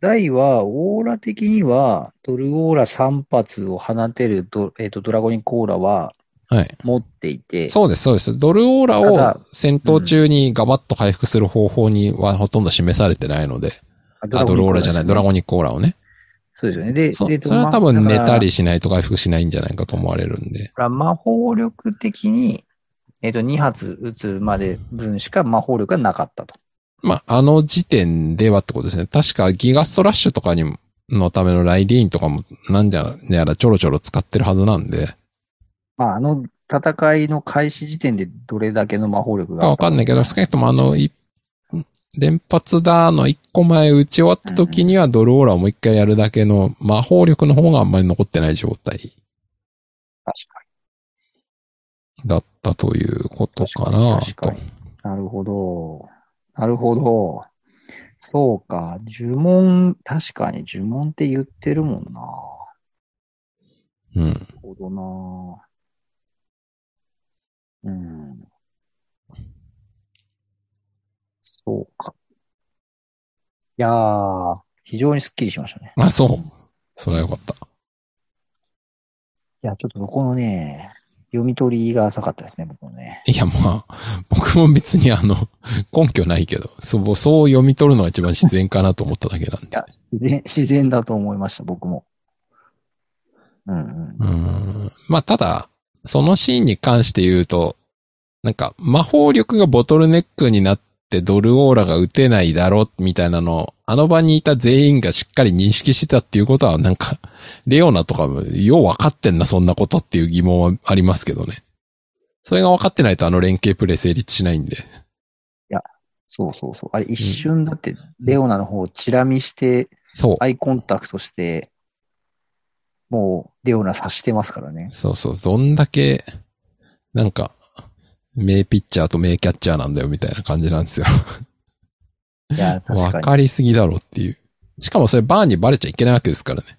S2: 大は、オーラ的には、ドルオーラ3発を放てるド、えっ、と、ドラゴニックオーラは
S1: はい。
S2: 持っていて、
S1: そうです、そうです。ドルオーラ
S2: ただ
S1: を戦闘中にガバッと回復する方法にはほとんど示されてないので、
S2: あ
S1: あ、ドルオーラじゃない、ドラ
S2: ン
S1: ゴニックオーラをね。
S2: そうですよね。で、
S1: そ
S2: で
S1: それは多分寝た。
S2: まあだか
S1: りしないと回復しないんじゃないかと思われるんで。
S2: ら魔法力的に、えっ、と、2発撃つまで分しか魔法力がなかったと。
S1: まあ、あの時点ではってことですね。確かギガストラッシュとかにも、のためのライディーンとかも、なんじゃら、やらちょろちょろ使ってるはずなんで。
S2: まあ、あの戦いの開始時点でどれだけの魔法力が
S1: わかんないけど、少なくともあの、い連発だの一個前打ち終わった時にはドルオーラをもう一回やるだけの魔法力の方があんまり残ってない状態
S2: 確か
S1: だったということかな
S2: 確
S1: と
S2: かに。に。なるほど。なるほど。そうか。呪文、確かに呪文って言ってるもんな。な
S1: うん。
S2: るほどな。うん。そうか。いやー、非常にスッキリしましたね。
S1: あ、そう。それはよかった。
S2: いや、ちょっとそこのね、読み取りが浅かったですね、僕もね。
S1: いや、まあ、僕も別にあの、 根拠ないけど、そう、そう読み取るのが一番自然かなと思っただけなん
S2: い
S1: で
S2: や。、自然、自然だと思いました、僕も。うんうん。
S1: うーん。まあ、ただ、そのシーンに関して言うと、なんか、魔法力がボトルネックになってドルオーラが打てないだろ、みたいなのを、あの場にいた全員がしっかり認識してたっていうことは、なんか、レオナとかも、よう分かってんな、そんなことっていう疑問はありますけどね。それが分かってないとあの連携プレイ成立しないんで。
S2: そうそうそう。あれ一瞬だって、レオナの方をチラ見して、
S1: そう。
S2: アイコンタクトして、もう、レオナ察してますからね。
S1: そうそう、どんだけ、なんか、名ピッチャーと名キャッチャーなんだよみたいな感じなんですよ。
S2: いや、
S1: わ
S2: 確かに。
S1: かりすぎだろっていう。しかもそれバーンにバレちゃいけないわけですからね。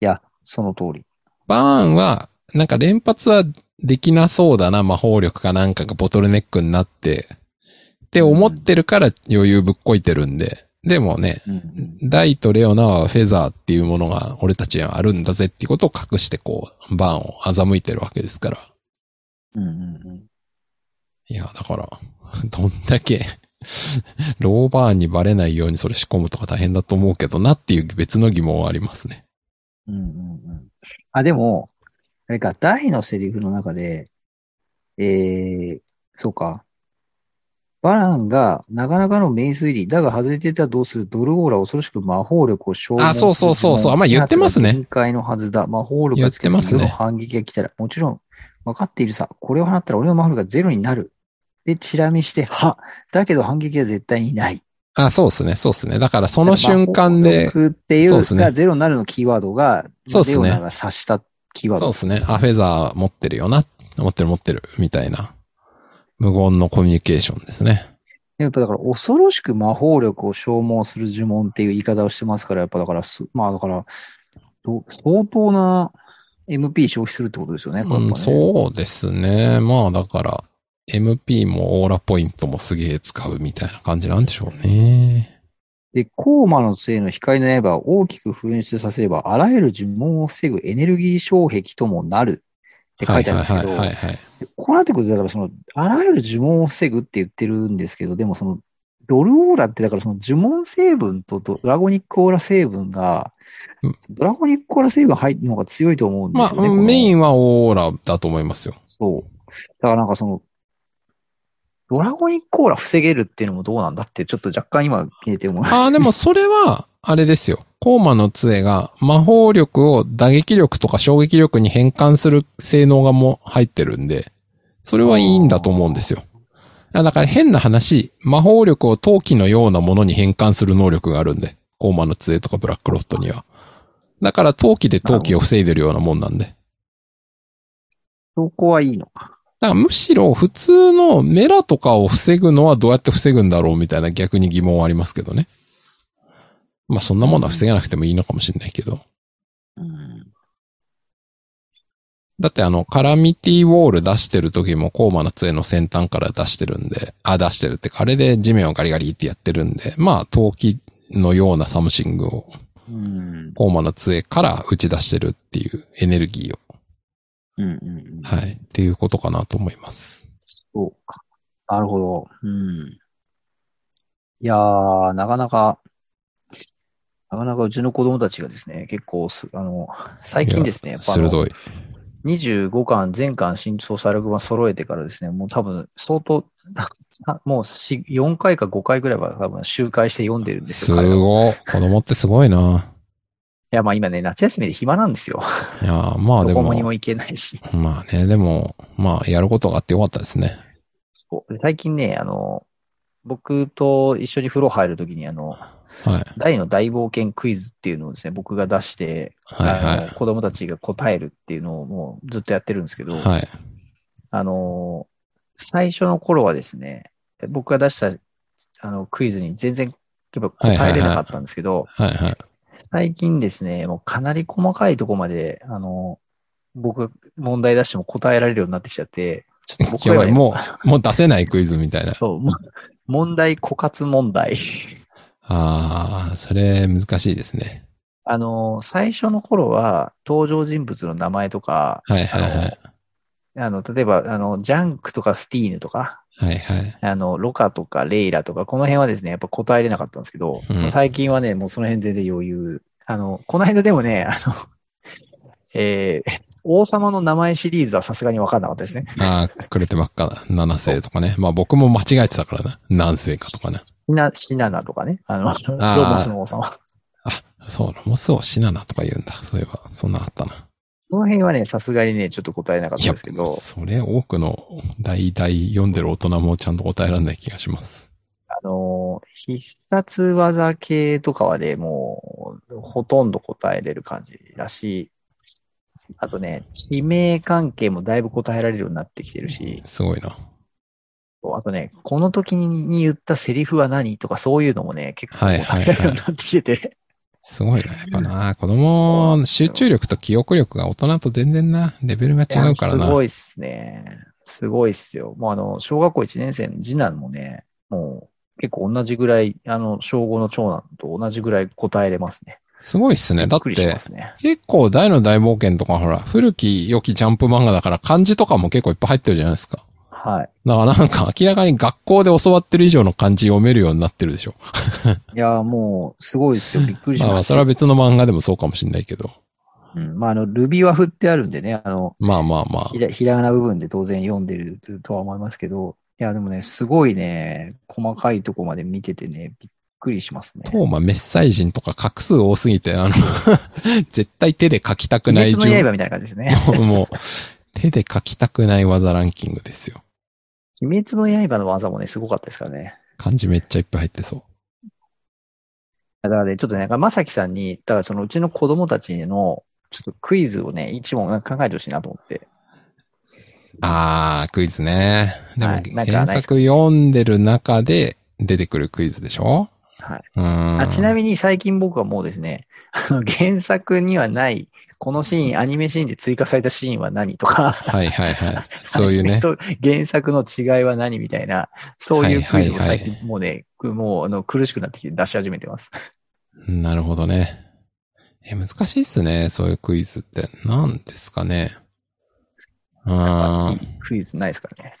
S2: いや、その通り。
S1: バーンは、なんか連発はできなそうだな、魔法力かなんかがボトルネックになって、って思ってるから余裕ぶっこいてるんで。でもね、
S2: うんうん。
S1: ダイとレオナはフェザーっていうものが俺たちにはあるんだぜっていうことを隠してこう、バーンを欺いてるわけですから。
S2: うんうんうん。
S1: いや、だから、 どんだけ、 ローバーンにバレないようにそれ仕込むとか大変だと思うけどなっていう別の疑問はありますね。
S2: うんうんうん。あ、でも、あれか、大のセリフの中で、えー、そうか。バランが、なかなかの名推理、だが外れていたらどうするドルオーラ恐ろしく魔法力を消耗
S1: あそうそうそうそうあまあ言ってますね
S2: 限界のはずだ。魔法力がつけ
S1: 言っててますね
S2: 世の反撃が来たら、もちろん、分かっているさ。これを放ったら俺の魔法力がゼロになる。で、チラ見して、は、だけど反撃は絶対にない。
S1: あ、そうですね、そうですね。だからその瞬間で、
S2: 魔法力ってい
S1: そう
S2: う、
S1: ですね
S2: がゼロになるのキーワードが、
S1: そうですね
S2: レオナが察したキーワー
S1: そう
S2: ド。
S1: ですね、あ、フェザー持ってるよな、持ってる持ってる、みたいな、無言のコミュニケーションですね。
S2: やっぱだから、恐ろしく魔法力を消耗する呪文っていう言い方をしてますから、やっぱだからす、まあだから、ど相当な MP 消費するってことですよね、これや
S1: う
S2: っ
S1: ん、
S2: ぱね
S1: そうですね。まあだから、MP もオーラポイントもすげえ使うみたいな感じなんでしょうね。
S2: で、コーマの杖の光の刃を大きく噴出させれば、あらゆる呪文を防ぐエネルギー障壁ともなるって書いてあるんですけど、
S1: はいはいはいはいはい。
S2: でこうなってくると、だからその、あらゆる呪文を防ぐって言ってるんですけど、でもその、ドルオーラって、だからその呪文成分とドラゴニックオーラ成分が
S1: うん、
S2: ドラゴニックオーラ成分入るの方が強いと思うんで
S1: ます
S2: よね。
S1: あ、メイ
S2: ン。
S1: ンはオーラだと思いますよ。
S2: そう。だからなんかその、ドラゴニックオーラ防げるっていうのもどうなんだって、ちょっと若干今聞いてもら
S1: ああ、でもそれは、あれですよ。コーマの杖が魔法力を打撃力とか衝撃力に変換する性能がもう入ってるんで、それはいいんだと思うんですよ。あだから変な話、魔法力を陶器のようなものに変換する能力があるんで、コーマの杖とかブラックロットには。だから陶器で陶器を防いでるようなもんなんで。
S2: そこはいいのか。
S1: だからむしろ普通のメラとかを防ぐのはどうやって防ぐんだろうみたいな逆に疑問はありますけどね。まあそんなものは防げなくてもいいのかもしれないけど。
S2: うん。
S1: だってあの、カラミティウォール出してる時もコーマの杖の先端から出してるんで、あ、出してるってか、あれで地面をガリガリってやってるんで、まあ陶器のようなサムシングを
S2: うん。
S1: コーマの杖から打ち出してるっていうエネルギーを。
S2: うん。うん。
S1: はい。っていうことかなと思います。
S2: そうか。なるほど。うん。いやー、なかなか、なかなかうちの子供たちがですね、結構す、あの、最近ですね、やっぱあの
S1: 鋭い。
S2: 25巻、全巻新潮再録版揃えてからですね、もう多分相当、 あもうし4回か5回ぐらいは多分周回して読んでるんです
S1: す
S2: よ。彼は
S1: ごい。子供ってすごいな。
S2: いや、まあ今ね、夏休みで暇なんですよ。
S1: いやーまあで
S2: どこ
S1: も
S2: もに、も行けないし。
S1: まあね、でも、まあやることがあってよかったですね。
S2: そうで最近ね、あの、僕と一緒に風呂入るときに、あの、
S1: はい。
S2: 大の大冒険クイズっていうのをですね、僕が出して、
S1: はい
S2: あの子供たちが答えるっていうのをもうずっとやってるんですけど、
S1: はい。はい。
S2: あのー最初の頃はですね、僕が出したあのクイズに全然やっぱ答えれなかったんですけど、
S1: はいはい。
S2: 最近ですね、もうかなり細かいとこまで、あのー僕が問題出しても答えられるようになってきちゃって、ちょっと僕
S1: や
S2: ら
S1: ば、
S2: はい
S1: もう、もう出せないクイズみたいな。
S2: そう、もう問題枯渇問題。
S1: ああ、それ難しいですね。
S2: あのー最初の頃は登場人物の名前とか、
S1: はいはいはい。
S2: あの、例えば、あの、ジャンクとかスティーヌとか、
S1: はいはい。
S2: あの、ロカとかレイラとか、この辺はですね、やっぱ答えれなかったんですけど、
S1: うん
S2: もう最近はね、もうその辺全然余裕。あの、この間でもね、あの、 えー王様の名前シリーズはさすがに分かんなかったですね。
S1: ああ、くれてばっかだ。七世とかね。まあ僕も間違えてたからな。何世かとかね。
S2: シナ、シナナとかね、あの、ロ
S1: ー
S2: ボスの王様。
S1: あ、そう、ロモスをシナナとか言うんだ。そういえば、そんなあったな。
S2: この辺はね、さすがにね、ちょっと答えなかっ
S1: い
S2: た
S1: や
S2: ですけど、
S1: それ多くの大々読んでる大人もちゃんと答えられない気がします。
S2: あの、必殺技系とかはね、もう、ほとんど答えれる感じだし、あとね、地名関係もだいぶ答えられるようになってきてるし、
S1: すごいな。
S2: あとね、この時に言ったセリフは何とかそういうのもね、結構
S1: はいはいはい
S2: 答えられるようになってきてて、
S1: すごいな。やっぱな、子供、集中力と記憶力が大人と全然な、レベルが違うから
S2: いや
S1: な。
S2: すごいっすね。すごいっすよ。もうあの、小学校1年生の次男もね、もう結構同じぐらい、あの、小5の長男と同じぐらい答えれますね。
S1: すごいっすね。だ
S2: び
S1: っ
S2: っくりしてま、すね。
S1: 結構大の大冒険とかほら、古き良きジャンプ漫画だから漢字とかも結構いっぱい入ってるじゃないですか。
S2: はい。
S1: だからなんか明らかに学校で教わってる以上の漢字読めるようになってるでしょ。
S2: いやー、もう、すごいですよ。びっくりし
S1: まあま
S2: ま
S1: あ
S2: し
S1: それ
S2: た。
S1: は別の漫画でもそうかもしんないけど。
S2: うん、まあ、あの、ルビは振ってあるんでね、あの、
S1: まあまあまあ
S2: ひ。ら、ひらがな部分で当然読んでるとは思いますけど、いや、でもね、すごいね、細かいとこまで見ててね、びっくりしますね。
S1: トーマメッサイ人とか画数多すぎて、あの、 絶対手で書きたくない
S2: 鬼滅
S1: 順
S2: の刃みたいな感じですね。
S1: もうもう、手で書きたくない技ランキングですよ。
S2: 鬼滅の刃の技もね、すごかったですからね。
S1: 漢字めっちゃいっぱい入ってそう。
S2: だからね、ちょっとね、なんかまさきさんに、だからそのうちの子供たちの、ちょっとクイズをね、一問なんか考えてほしいなと思って。
S1: あー、クイズね。でも、
S2: はいなんかない
S1: 原
S2: っすか
S1: 作読んでる中で出てくるクイズでしょ
S2: はい。
S1: うーん。
S2: あちな
S1: に。
S2: みに最近僕はもうですね、 あの原作にはない、このシーン、アニメシーンで追加されたシーンは何とか、
S1: はいはい はい。そういう
S2: アニメ
S1: ね。
S2: と原作の違いは何みたいな、そういうクイズを
S1: はいはいはい
S2: 最近もうね、もうあの苦しくなってきて出し始めてます。
S1: なるほどね。え、難しいっすね。そういうクイズって。何ですかね。うーん。
S2: クイズないですからね。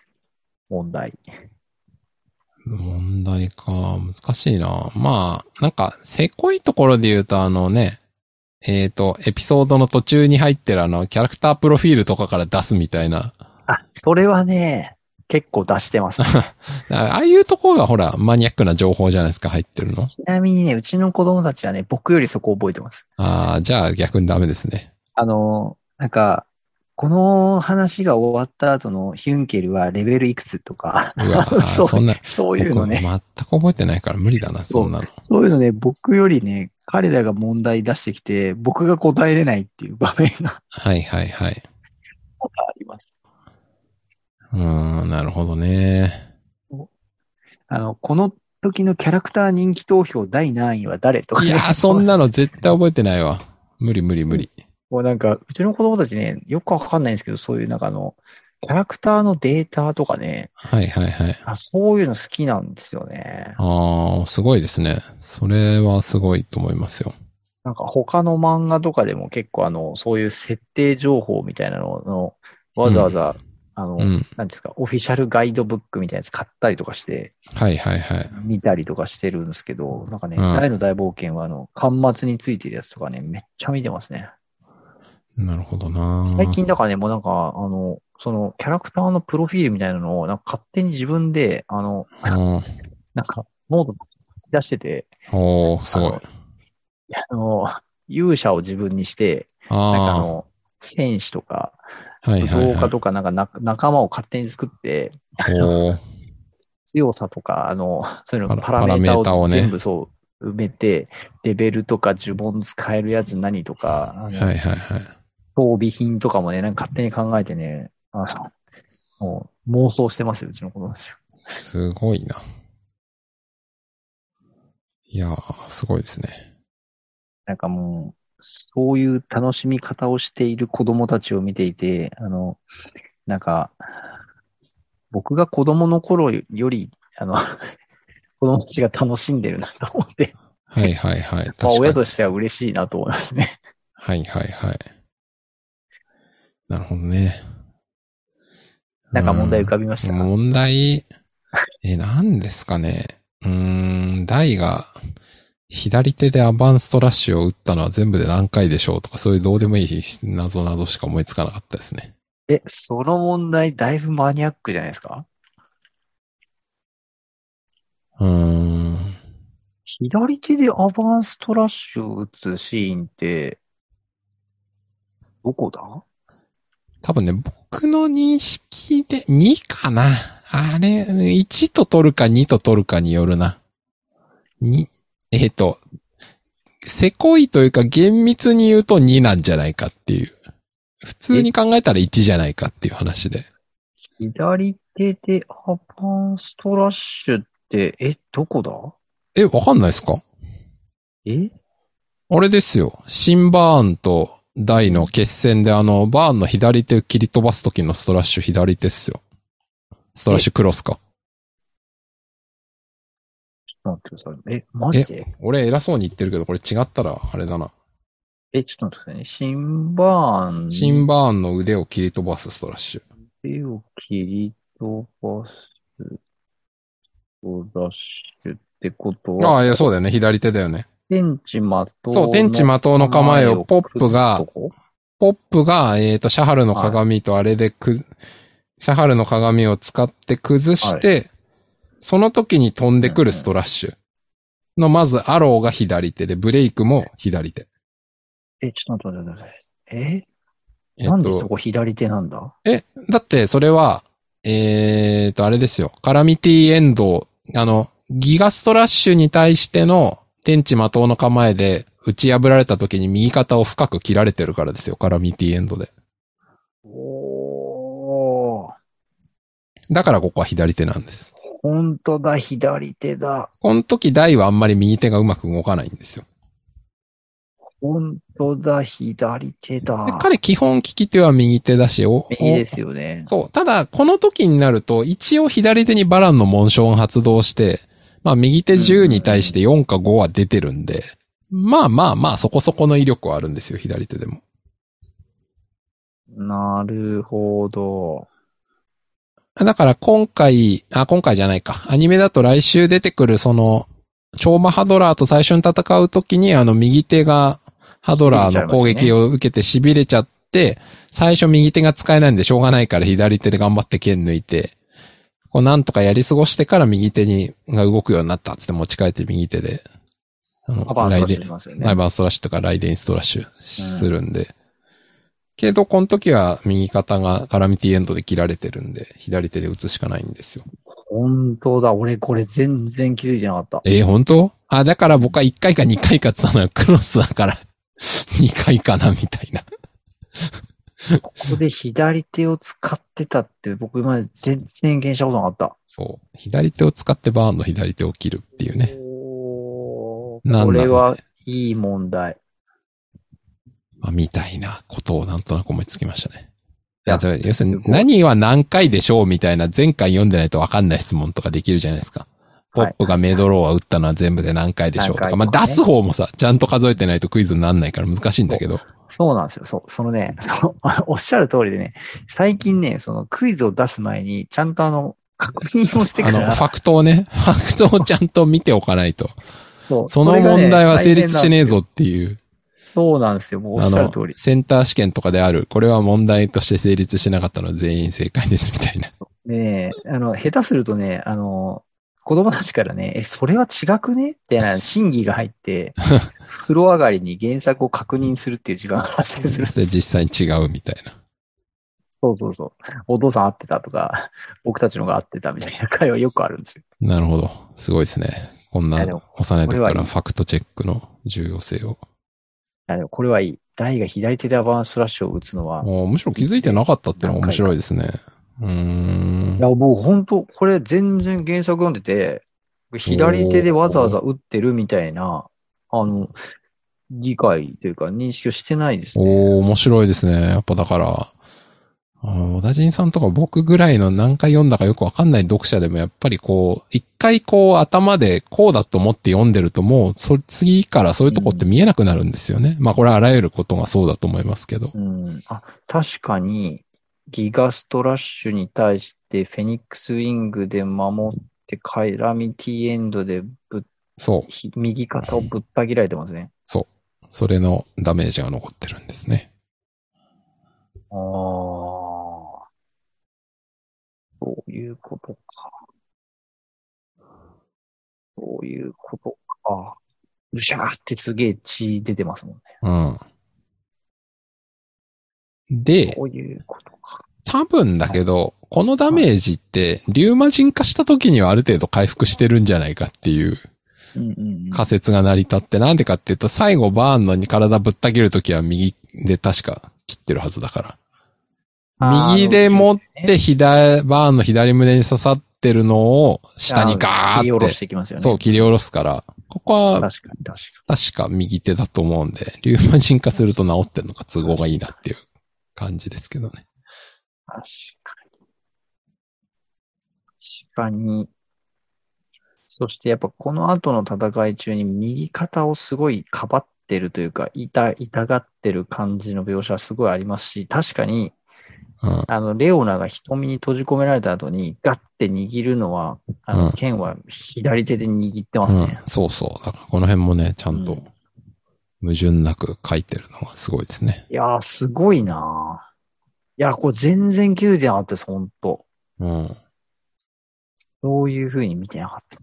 S2: 問題。
S1: 問題か。難しいな。まあ、なんか、せこいところで言うと、あのね、えっ、と、エピソードの途中に入ってるあの、キャラクタープロフィールとかから出すみたいな。
S2: あ、それはね、結構出してま す、
S1: あああいうところがほら、マニアックな情報じゃないですか、入ってるの。
S2: ちなみにね、うちの子供たちはね、僕よりそこ覚えてます。
S1: ああ、じゃあ逆にダメですね。
S2: あの、なんか、この話が終わった後のヒュンケルはレベルいくつとか、
S1: う わ
S2: そ
S1: そ
S2: うん
S1: な、
S2: そういう
S1: 僕
S2: の
S1: 全
S2: ね
S1: く。覚えてないから無理だな、
S2: そう
S1: そんなの。
S2: そういうのね、僕よりね、彼らが問題出してきて、僕が答えれないっていう場面が
S1: はいはいはい。
S2: 多々あります。
S1: うーん、なるほどね。
S2: あの、この時のキャラクター人気投票第何位は誰とか、
S1: い
S2: ね、
S1: やー、そん なの絶対覚えてないわ。無理無理無理。
S2: もうなんか、うちの子供たちね、よくわかんないんですけど、そういうなんかあの、キャラクターのデータとかね、
S1: はいはいはい。
S2: あそういうの好きなんですよね。
S1: ああ、すごいですね。それはすごいと思いますよ。
S2: なんか他の漫画とかでも結構あの、そういう設定情報みたいなのの、わざわざあの、
S1: うん。
S2: なんですか、オフィシャルガイドブックみたいなやつ買ったりとかして、
S1: はいはいはい。
S2: 見たりとかしてるんですけど、なんかね、
S1: うん
S2: 大の大冒険は、あの、端末についてるやつとかね、めっちゃ見てますね。
S1: なるほどな
S2: 最近だからね、もうなんか、あの、その、キャラクターのプロフィールみたいなのを、なんか勝手に自分で、あの、
S1: うん。
S2: なんか、ノートに書き出してて、
S1: おー、すごい。
S2: あの、勇者を自分にして、なんかあ
S1: あ
S2: の、戦士とか、
S1: あ、はい
S2: 武
S1: はい、
S2: 道
S1: は
S2: 家
S1: い。
S2: とか、なんかな仲間を勝手に作って、
S1: おー、
S2: 強さとか、あの、そういうの
S1: パ
S2: パ
S1: ラ
S2: ラメー
S1: パラメー
S2: タ
S1: タを
S2: を
S1: ね
S2: 全部そう、埋めて、レベルとか呪文使えるやつ何とか、あの
S1: はいはいはい。
S2: 装備品とかもね、なんか勝手に考えてね、あの、もう妄想してますよ、うちの子供たち。
S1: すごいな。いやー、すごいですね。
S2: なんかもう、そういう楽しみ方をしている子供たちを見ていて、あの、なんか、僕が子供の頃より、あの、 子供たちが楽しんでるなと思って、
S1: はいはいはい。確か
S2: まあ、
S1: に。
S2: 親としては嬉しいなと思いますね。
S1: はいはいはい。なるほどね。
S2: なんか問題浮かびましたか
S1: 問題、え、何ですかね。うーん、台が、左手でアバンストラッシュを打ったのは全部で何回でしょうとか、そういうどうでもいい謎々しか思いつかなかったですね。
S2: え、その問題だいぶマニアックじゃないですか
S1: うーん。
S2: 左手でアバンストラッシュを打つシーンって、どこだ
S1: 多分ね、僕の認識で2かな。あれ、1と取るか2と取るかによるな。に、えっ、と、せこいというか厳密に言うと2なんじゃないかっていう。普通に考えたら1じゃないかっていう話で。
S2: 左手でアバンストラッシュって、え、どこだ
S1: え、わかんないですか
S2: え
S1: あれですよ。シンバーンと大の決戦であの、バーンの左手を切り飛ばす時のストラッシュ左手っすよ。ストラッシュクロスか。
S2: ちょっと待ってください。え、マジで
S1: 俺偉そうに言ってるけど、これ違ったらあれだな。
S2: え、ちょっと待ってくださいね。シンバーン
S1: シンバーンの腕を切り飛ばすストラッシュ。
S2: 手を切り飛ばすストラッシュってこと
S1: あ
S2: は、
S1: あ、いや、そうだよね。左手だよね。
S2: 天地まと
S1: そう、天地魔
S2: ま
S1: 刀の構えをポップが、ポップが、えっ、と、シャハルの鏡とあれでく、シャハルの鏡を使って崩して、その時に飛んでくるストラッシュの、まずアローが左手で、ブレイクも左手。
S2: え、ちょっと待ってください。え、
S1: えっ
S2: なんでそ
S1: と、
S2: こ左手なんだ
S1: え、だってそれは、えっ、と、あれですよ。カラミティエンド、あの、ギガストラッシュに対しての天地魔刀の構えで打ち破られた時に右肩を深く切られてるからですよ。カラミティエンドで。
S2: おー、
S1: だからここは左手なんです。
S2: ほんとだ、左手だ。
S1: この時台はあんまり右手がうまく動かないんですよ。
S2: ほんとだ、左手だ
S1: で。彼基本利き手は右手だし、お、
S2: 右ですよね
S1: お。そう。ただ、この時になると、一応左手にバランの紋章を発動して、まあ右手10に対して4か5は出てるんで、まあまあまあそこそこの威力はあるんですよ、左手でも。
S2: なるほど。
S1: だから今回、あ、今回じゃないか。アニメだと来週出てくるその、超魔ハドラーと最初に戦う時にあの右手がハドラーの攻撃を受けて痺れちゃって、最初右手が使えないんでしょうがないから左手で頑張って剣抜いて、こうなんとかやり過ごしてから右手に、が動くようになったっつって持ち帰って右手で、あの
S2: アバンスラッ
S1: ラ
S2: シュ
S1: イデ
S2: しますよ
S1: ンア
S2: ね。
S1: バンストラッシュとかライデンストラッシュするんで。けど、この時は右肩がカラミティエンドで切られてるんで、左手で打つしかないんですよ。
S2: ほんとだ、俺これ全然気づいてなかった。
S1: えー、本当あ、だから僕は1回か2回かって言ったのはクロスだから、2回かな、みたいな。
S2: ここで左手を使ってたって、僕今まで全然現したことなかった。
S1: そう。左手を使ってバーンの左手を切るっていうね。
S2: おー
S1: なんだ
S2: こ
S1: ろうね
S2: れはいい問題。
S1: まあ、みたいなことをなんとなく思いつきましたね。い
S2: い
S1: や、
S2: や
S1: それ要するに
S2: すごい
S1: 何は何回でしょうみたいな前回読んでないとわかんない質問とかできるじゃないですか。ポ
S2: はい
S1: ップがメドローは打ったのは全部で何回でしょうとか、
S2: 何
S1: ま
S2: 回とかね
S1: あ出す方もさ、ちゃんと数えてないとクイズになんないから難しいんだけど、
S2: そうなんですよ。そう、そのね、その、 おっしゃる通りでね、最近ね、そのクイズを出す前に、ちゃんとあの、確認をしてか
S1: あの、
S2: ら、
S1: ファクトをね、ファクトをちゃんと見ておかないと。
S2: そう
S1: その
S2: れがね
S1: 問題は成立しねえぞっていう。
S2: そうなんですよ。もうお
S1: あ
S2: っしゃる
S1: の
S2: 通り、。
S1: センター試験とかである、これは問題として成立しなかったので全員正解ですみたいな。
S2: ねえ、あの、下手するとね、あの、子供たちからね、え、それは違くねってな審議が 入って、風呂上がりに原作を確認するっていう時間が発生するん
S1: そ
S2: で
S1: し
S2: す
S1: て実際に違うみたいな。
S2: そうそうそう。お父さん会ってたとか、僕たちのが会ってたみたいな会話よくあるんですよ。
S1: なるほど。すごいですね。こん
S2: い
S1: な
S2: やでも
S1: 幼い時か
S2: これは
S1: ら
S2: いい
S1: ファクトチェックの重要性を。
S2: あでもこれはいい。大が左手でアバンストラッシュを打つのは、い
S1: もうむしろ気づいてなかったってのは面白いですね。うーん。
S2: や、もう本当これ全然原作読んでて、左手でわざわざ打ってるみたいな、あの、理解というか認識をしてないですね。
S1: おー、面白いですね。やっぱだから、あの、小田人さんとか僕ぐらいの何回読んだかよくわかんない読者でもやっぱりこう、一回こう頭でこうだと思って読んでるともう、そ、次からそういうとこって見えなくなるんですよね。まあこれはあらゆることがそうだと思いますけど。
S2: うん。あ、確かに、ギガストラッシュに対してフェニックスウィングで守って、カイラミティエンドでぶっ
S1: そう。
S2: ひ右肩をぶった切られてますね。
S1: それのダメージが残ってるんですね。
S2: ああ。そういうことか。そういうことか。うしゃーってすげえ血出てますもんね。
S1: うん。で
S2: そ、ういうことか。
S1: 多分だけど、このダメージって、リュウマ人化した時にはある程度回復してるんじゃないかっていう
S2: うんうんうん。
S1: 仮説が成り立って、なんでかっていうと、最後バーンのに体ぶった切るときは右で確か切ってるはずだから。
S2: あー
S1: 右で持っ
S2: あの
S1: で、左、バーンの左胸に刺さってるのを、下にガ
S2: 切り
S1: ー
S2: 下ろ
S1: っ、
S2: しててきますよね。
S1: そう、切り下ろすから、ここは
S2: 確かに、確か
S1: 確か右手だと思うんで、リュウマ人化すると治ってんのか都合がいいなっていう感じですけどね。
S2: に。確かに。確かに。そしてやっぱこの後の戦い中に右肩をすごいかばってるというか、痛、痛がってる感じの描写はすごいありますし、確かに、
S1: うん。
S2: あの、レオナが瞳に閉じ込められた後にガッて握るのは、あ
S1: うん
S2: の、剣は左手で握ってますね。
S1: うん、そうそう。だからこの辺もね、ちゃん
S2: う
S1: と
S2: ん
S1: 矛盾なく書いてるのがすごいですね。
S2: いやー、すごいなーいや、これ全然気づいてなかったです、ほんと。
S1: うん。
S2: そういう風に見てなかった。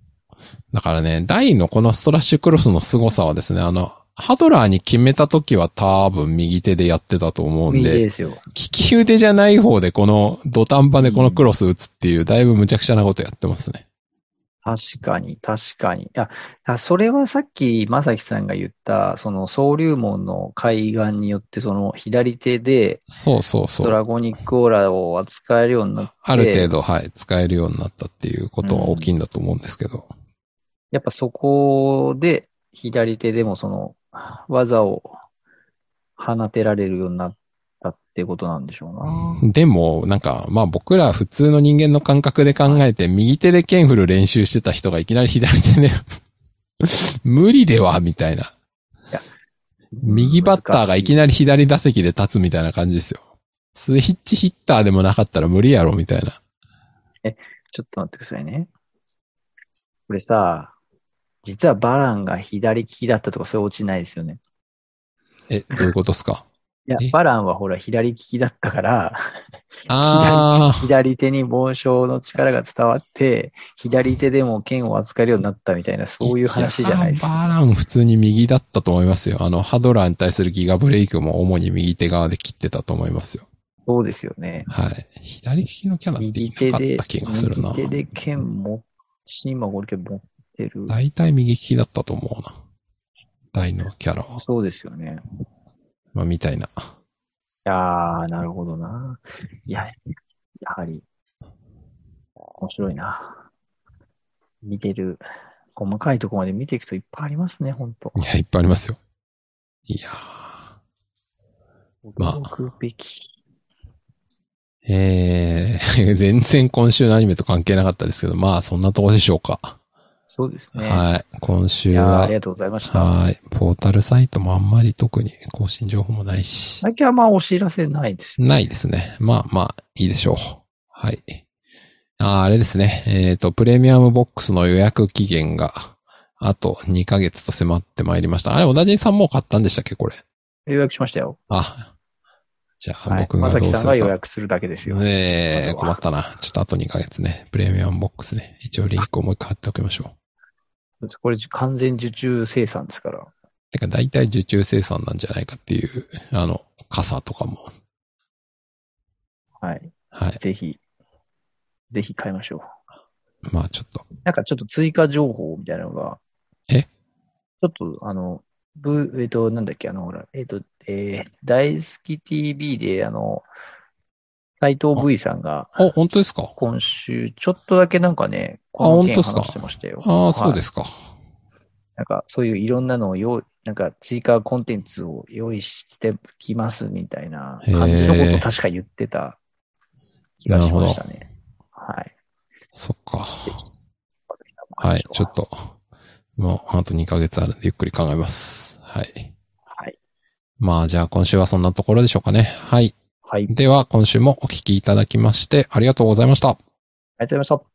S1: だからね、大のこのストラッシュクロスの凄さはですね、あの、ハドラーに決めた時は多分右手でやってたと思うん
S2: 右手
S1: で、
S2: ですよ。
S1: 利き腕じゃない方でこの土壇場でこのクロス打つっていう、だいぶ無茶苦茶なことやってますね。
S2: 確かに、確かに。いや、あそれはさっき、まさきさんが言った、その、総龍門の海岸によって、その、左手で、
S1: そうそうそ
S2: ド
S1: う。
S2: ラゴニックオーラを扱えるようになって、
S1: ある程度、はい、使えるようになったっていうことは大きいんだと思うんですけど。
S2: やっぱそこで、左手でもその、技を放てられるようになったってことなんでしょうな。
S1: でも、なんか、まあ僕ら普通の人間の感覚で考えて、右手で剣振る練習してた人がいきなり左手で、 無理では、みたいな。右バッターがいき
S2: り。
S1: なり左打席で立つみたいな感じですよ。スイッチヒッターでもなかったら無理やろ、みたいな。
S2: ちょっと待ってくださいね。これさ、実はバランが左利きだったとかそういうオチないですよね。
S1: え、どういうことっす か
S2: いや
S1: え、
S2: バランはほら左利きだったから、
S1: あ
S2: 左手に紋章の力が伝わって、左手でも剣を扱えるようになったみたいな、
S1: ー。
S2: そういう話じゃないです
S1: や。バーラン普通に右だったと思いますよ。あの、ハドラーに対するギガブレイクも主に右手側で切ってたと思いますよ。
S2: そうですよね。
S1: はい。左利きのキャラって
S2: 右
S1: い
S2: 手
S1: なかっ
S2: で
S1: た気がするな。
S2: 右手で剣も、シーマゴリケ持ってる。
S1: 大体右利きだったと思うな。大のキャラは。
S2: そうですよね。
S1: まあ、みたいな。
S2: いやー、なるほどな。いや、やはり、面白いな。見てる、細かいとこまで見ていくといっぱいありますね、ほんと。
S1: いや、いっぱいありますよ。いやーまあ
S2: 驚くべき。
S1: えー、全然今週のアニメと関係なかったですけど、まあ、そんなとこでしょうか。
S2: そうですね。
S1: はい。今
S2: い
S1: 週
S2: やーあ
S1: は
S2: り、がとうございました。
S1: はい。ポータルサイトもあんまり特に更新情報もないし、
S2: 最近はまあお知らせないですよ。
S1: ないですね。まあまあ、いいでしょう。はい。あーあれですね。えっ、と、プレミアムボックスの予約期限が、あと2ヶ月と迫ってまいりました。あれ、小田人さんもう買ったんでしたっけこれ。
S2: 予約しましたよ。
S1: あ、じゃあ
S2: はい。
S1: 僕
S2: ま
S1: がど
S2: さ
S1: うす
S2: き
S1: るか。
S2: さんが予約するだけですよ。
S1: ね
S2: あ
S1: え、
S2: とは
S1: 困ったな。ちょっとあと2ヶ月ね。プレミアムボックスね。一応リンクをもう一回貼っておきましょう。
S2: これ完全受注生産ですから。
S1: てか大体受注生産なんじゃないかっていう、あの、傘とかも。
S2: はい。
S1: はい。
S2: ぜひ、ぜひ買いましょう。
S1: まあちょっと。
S2: なんかちょっと追加情報みたいなのが。
S1: え
S2: ちょっと、あの、ブえっ、と、なんだっけ、あの、ほら、えっ、と、えー大好き TV で、あの、斎藤 V さんが
S1: あ、本当ですか
S2: 今週、ちょっとだけなんかね、この
S1: 本当
S2: 件
S1: っすか
S2: 話してましたよ。
S1: ああ、そうですか。
S2: なんか、そういういろんなのを用意、なんか、追加コンテンツを用意してきますみたいな感じのこ
S1: へー
S2: とを確か言ってた気がしましたね。はい。
S1: そっか。はい
S2: 話。
S1: ちょっと、もうあと2ヶ月あるんでゆっくり考えます。はい。
S2: はい。
S1: まあじゃあ今週はそんなところでしょうかね。はい。
S2: はい。ありがとう
S1: では今週もお聞きいただきましてありがとうございました。
S2: ございました。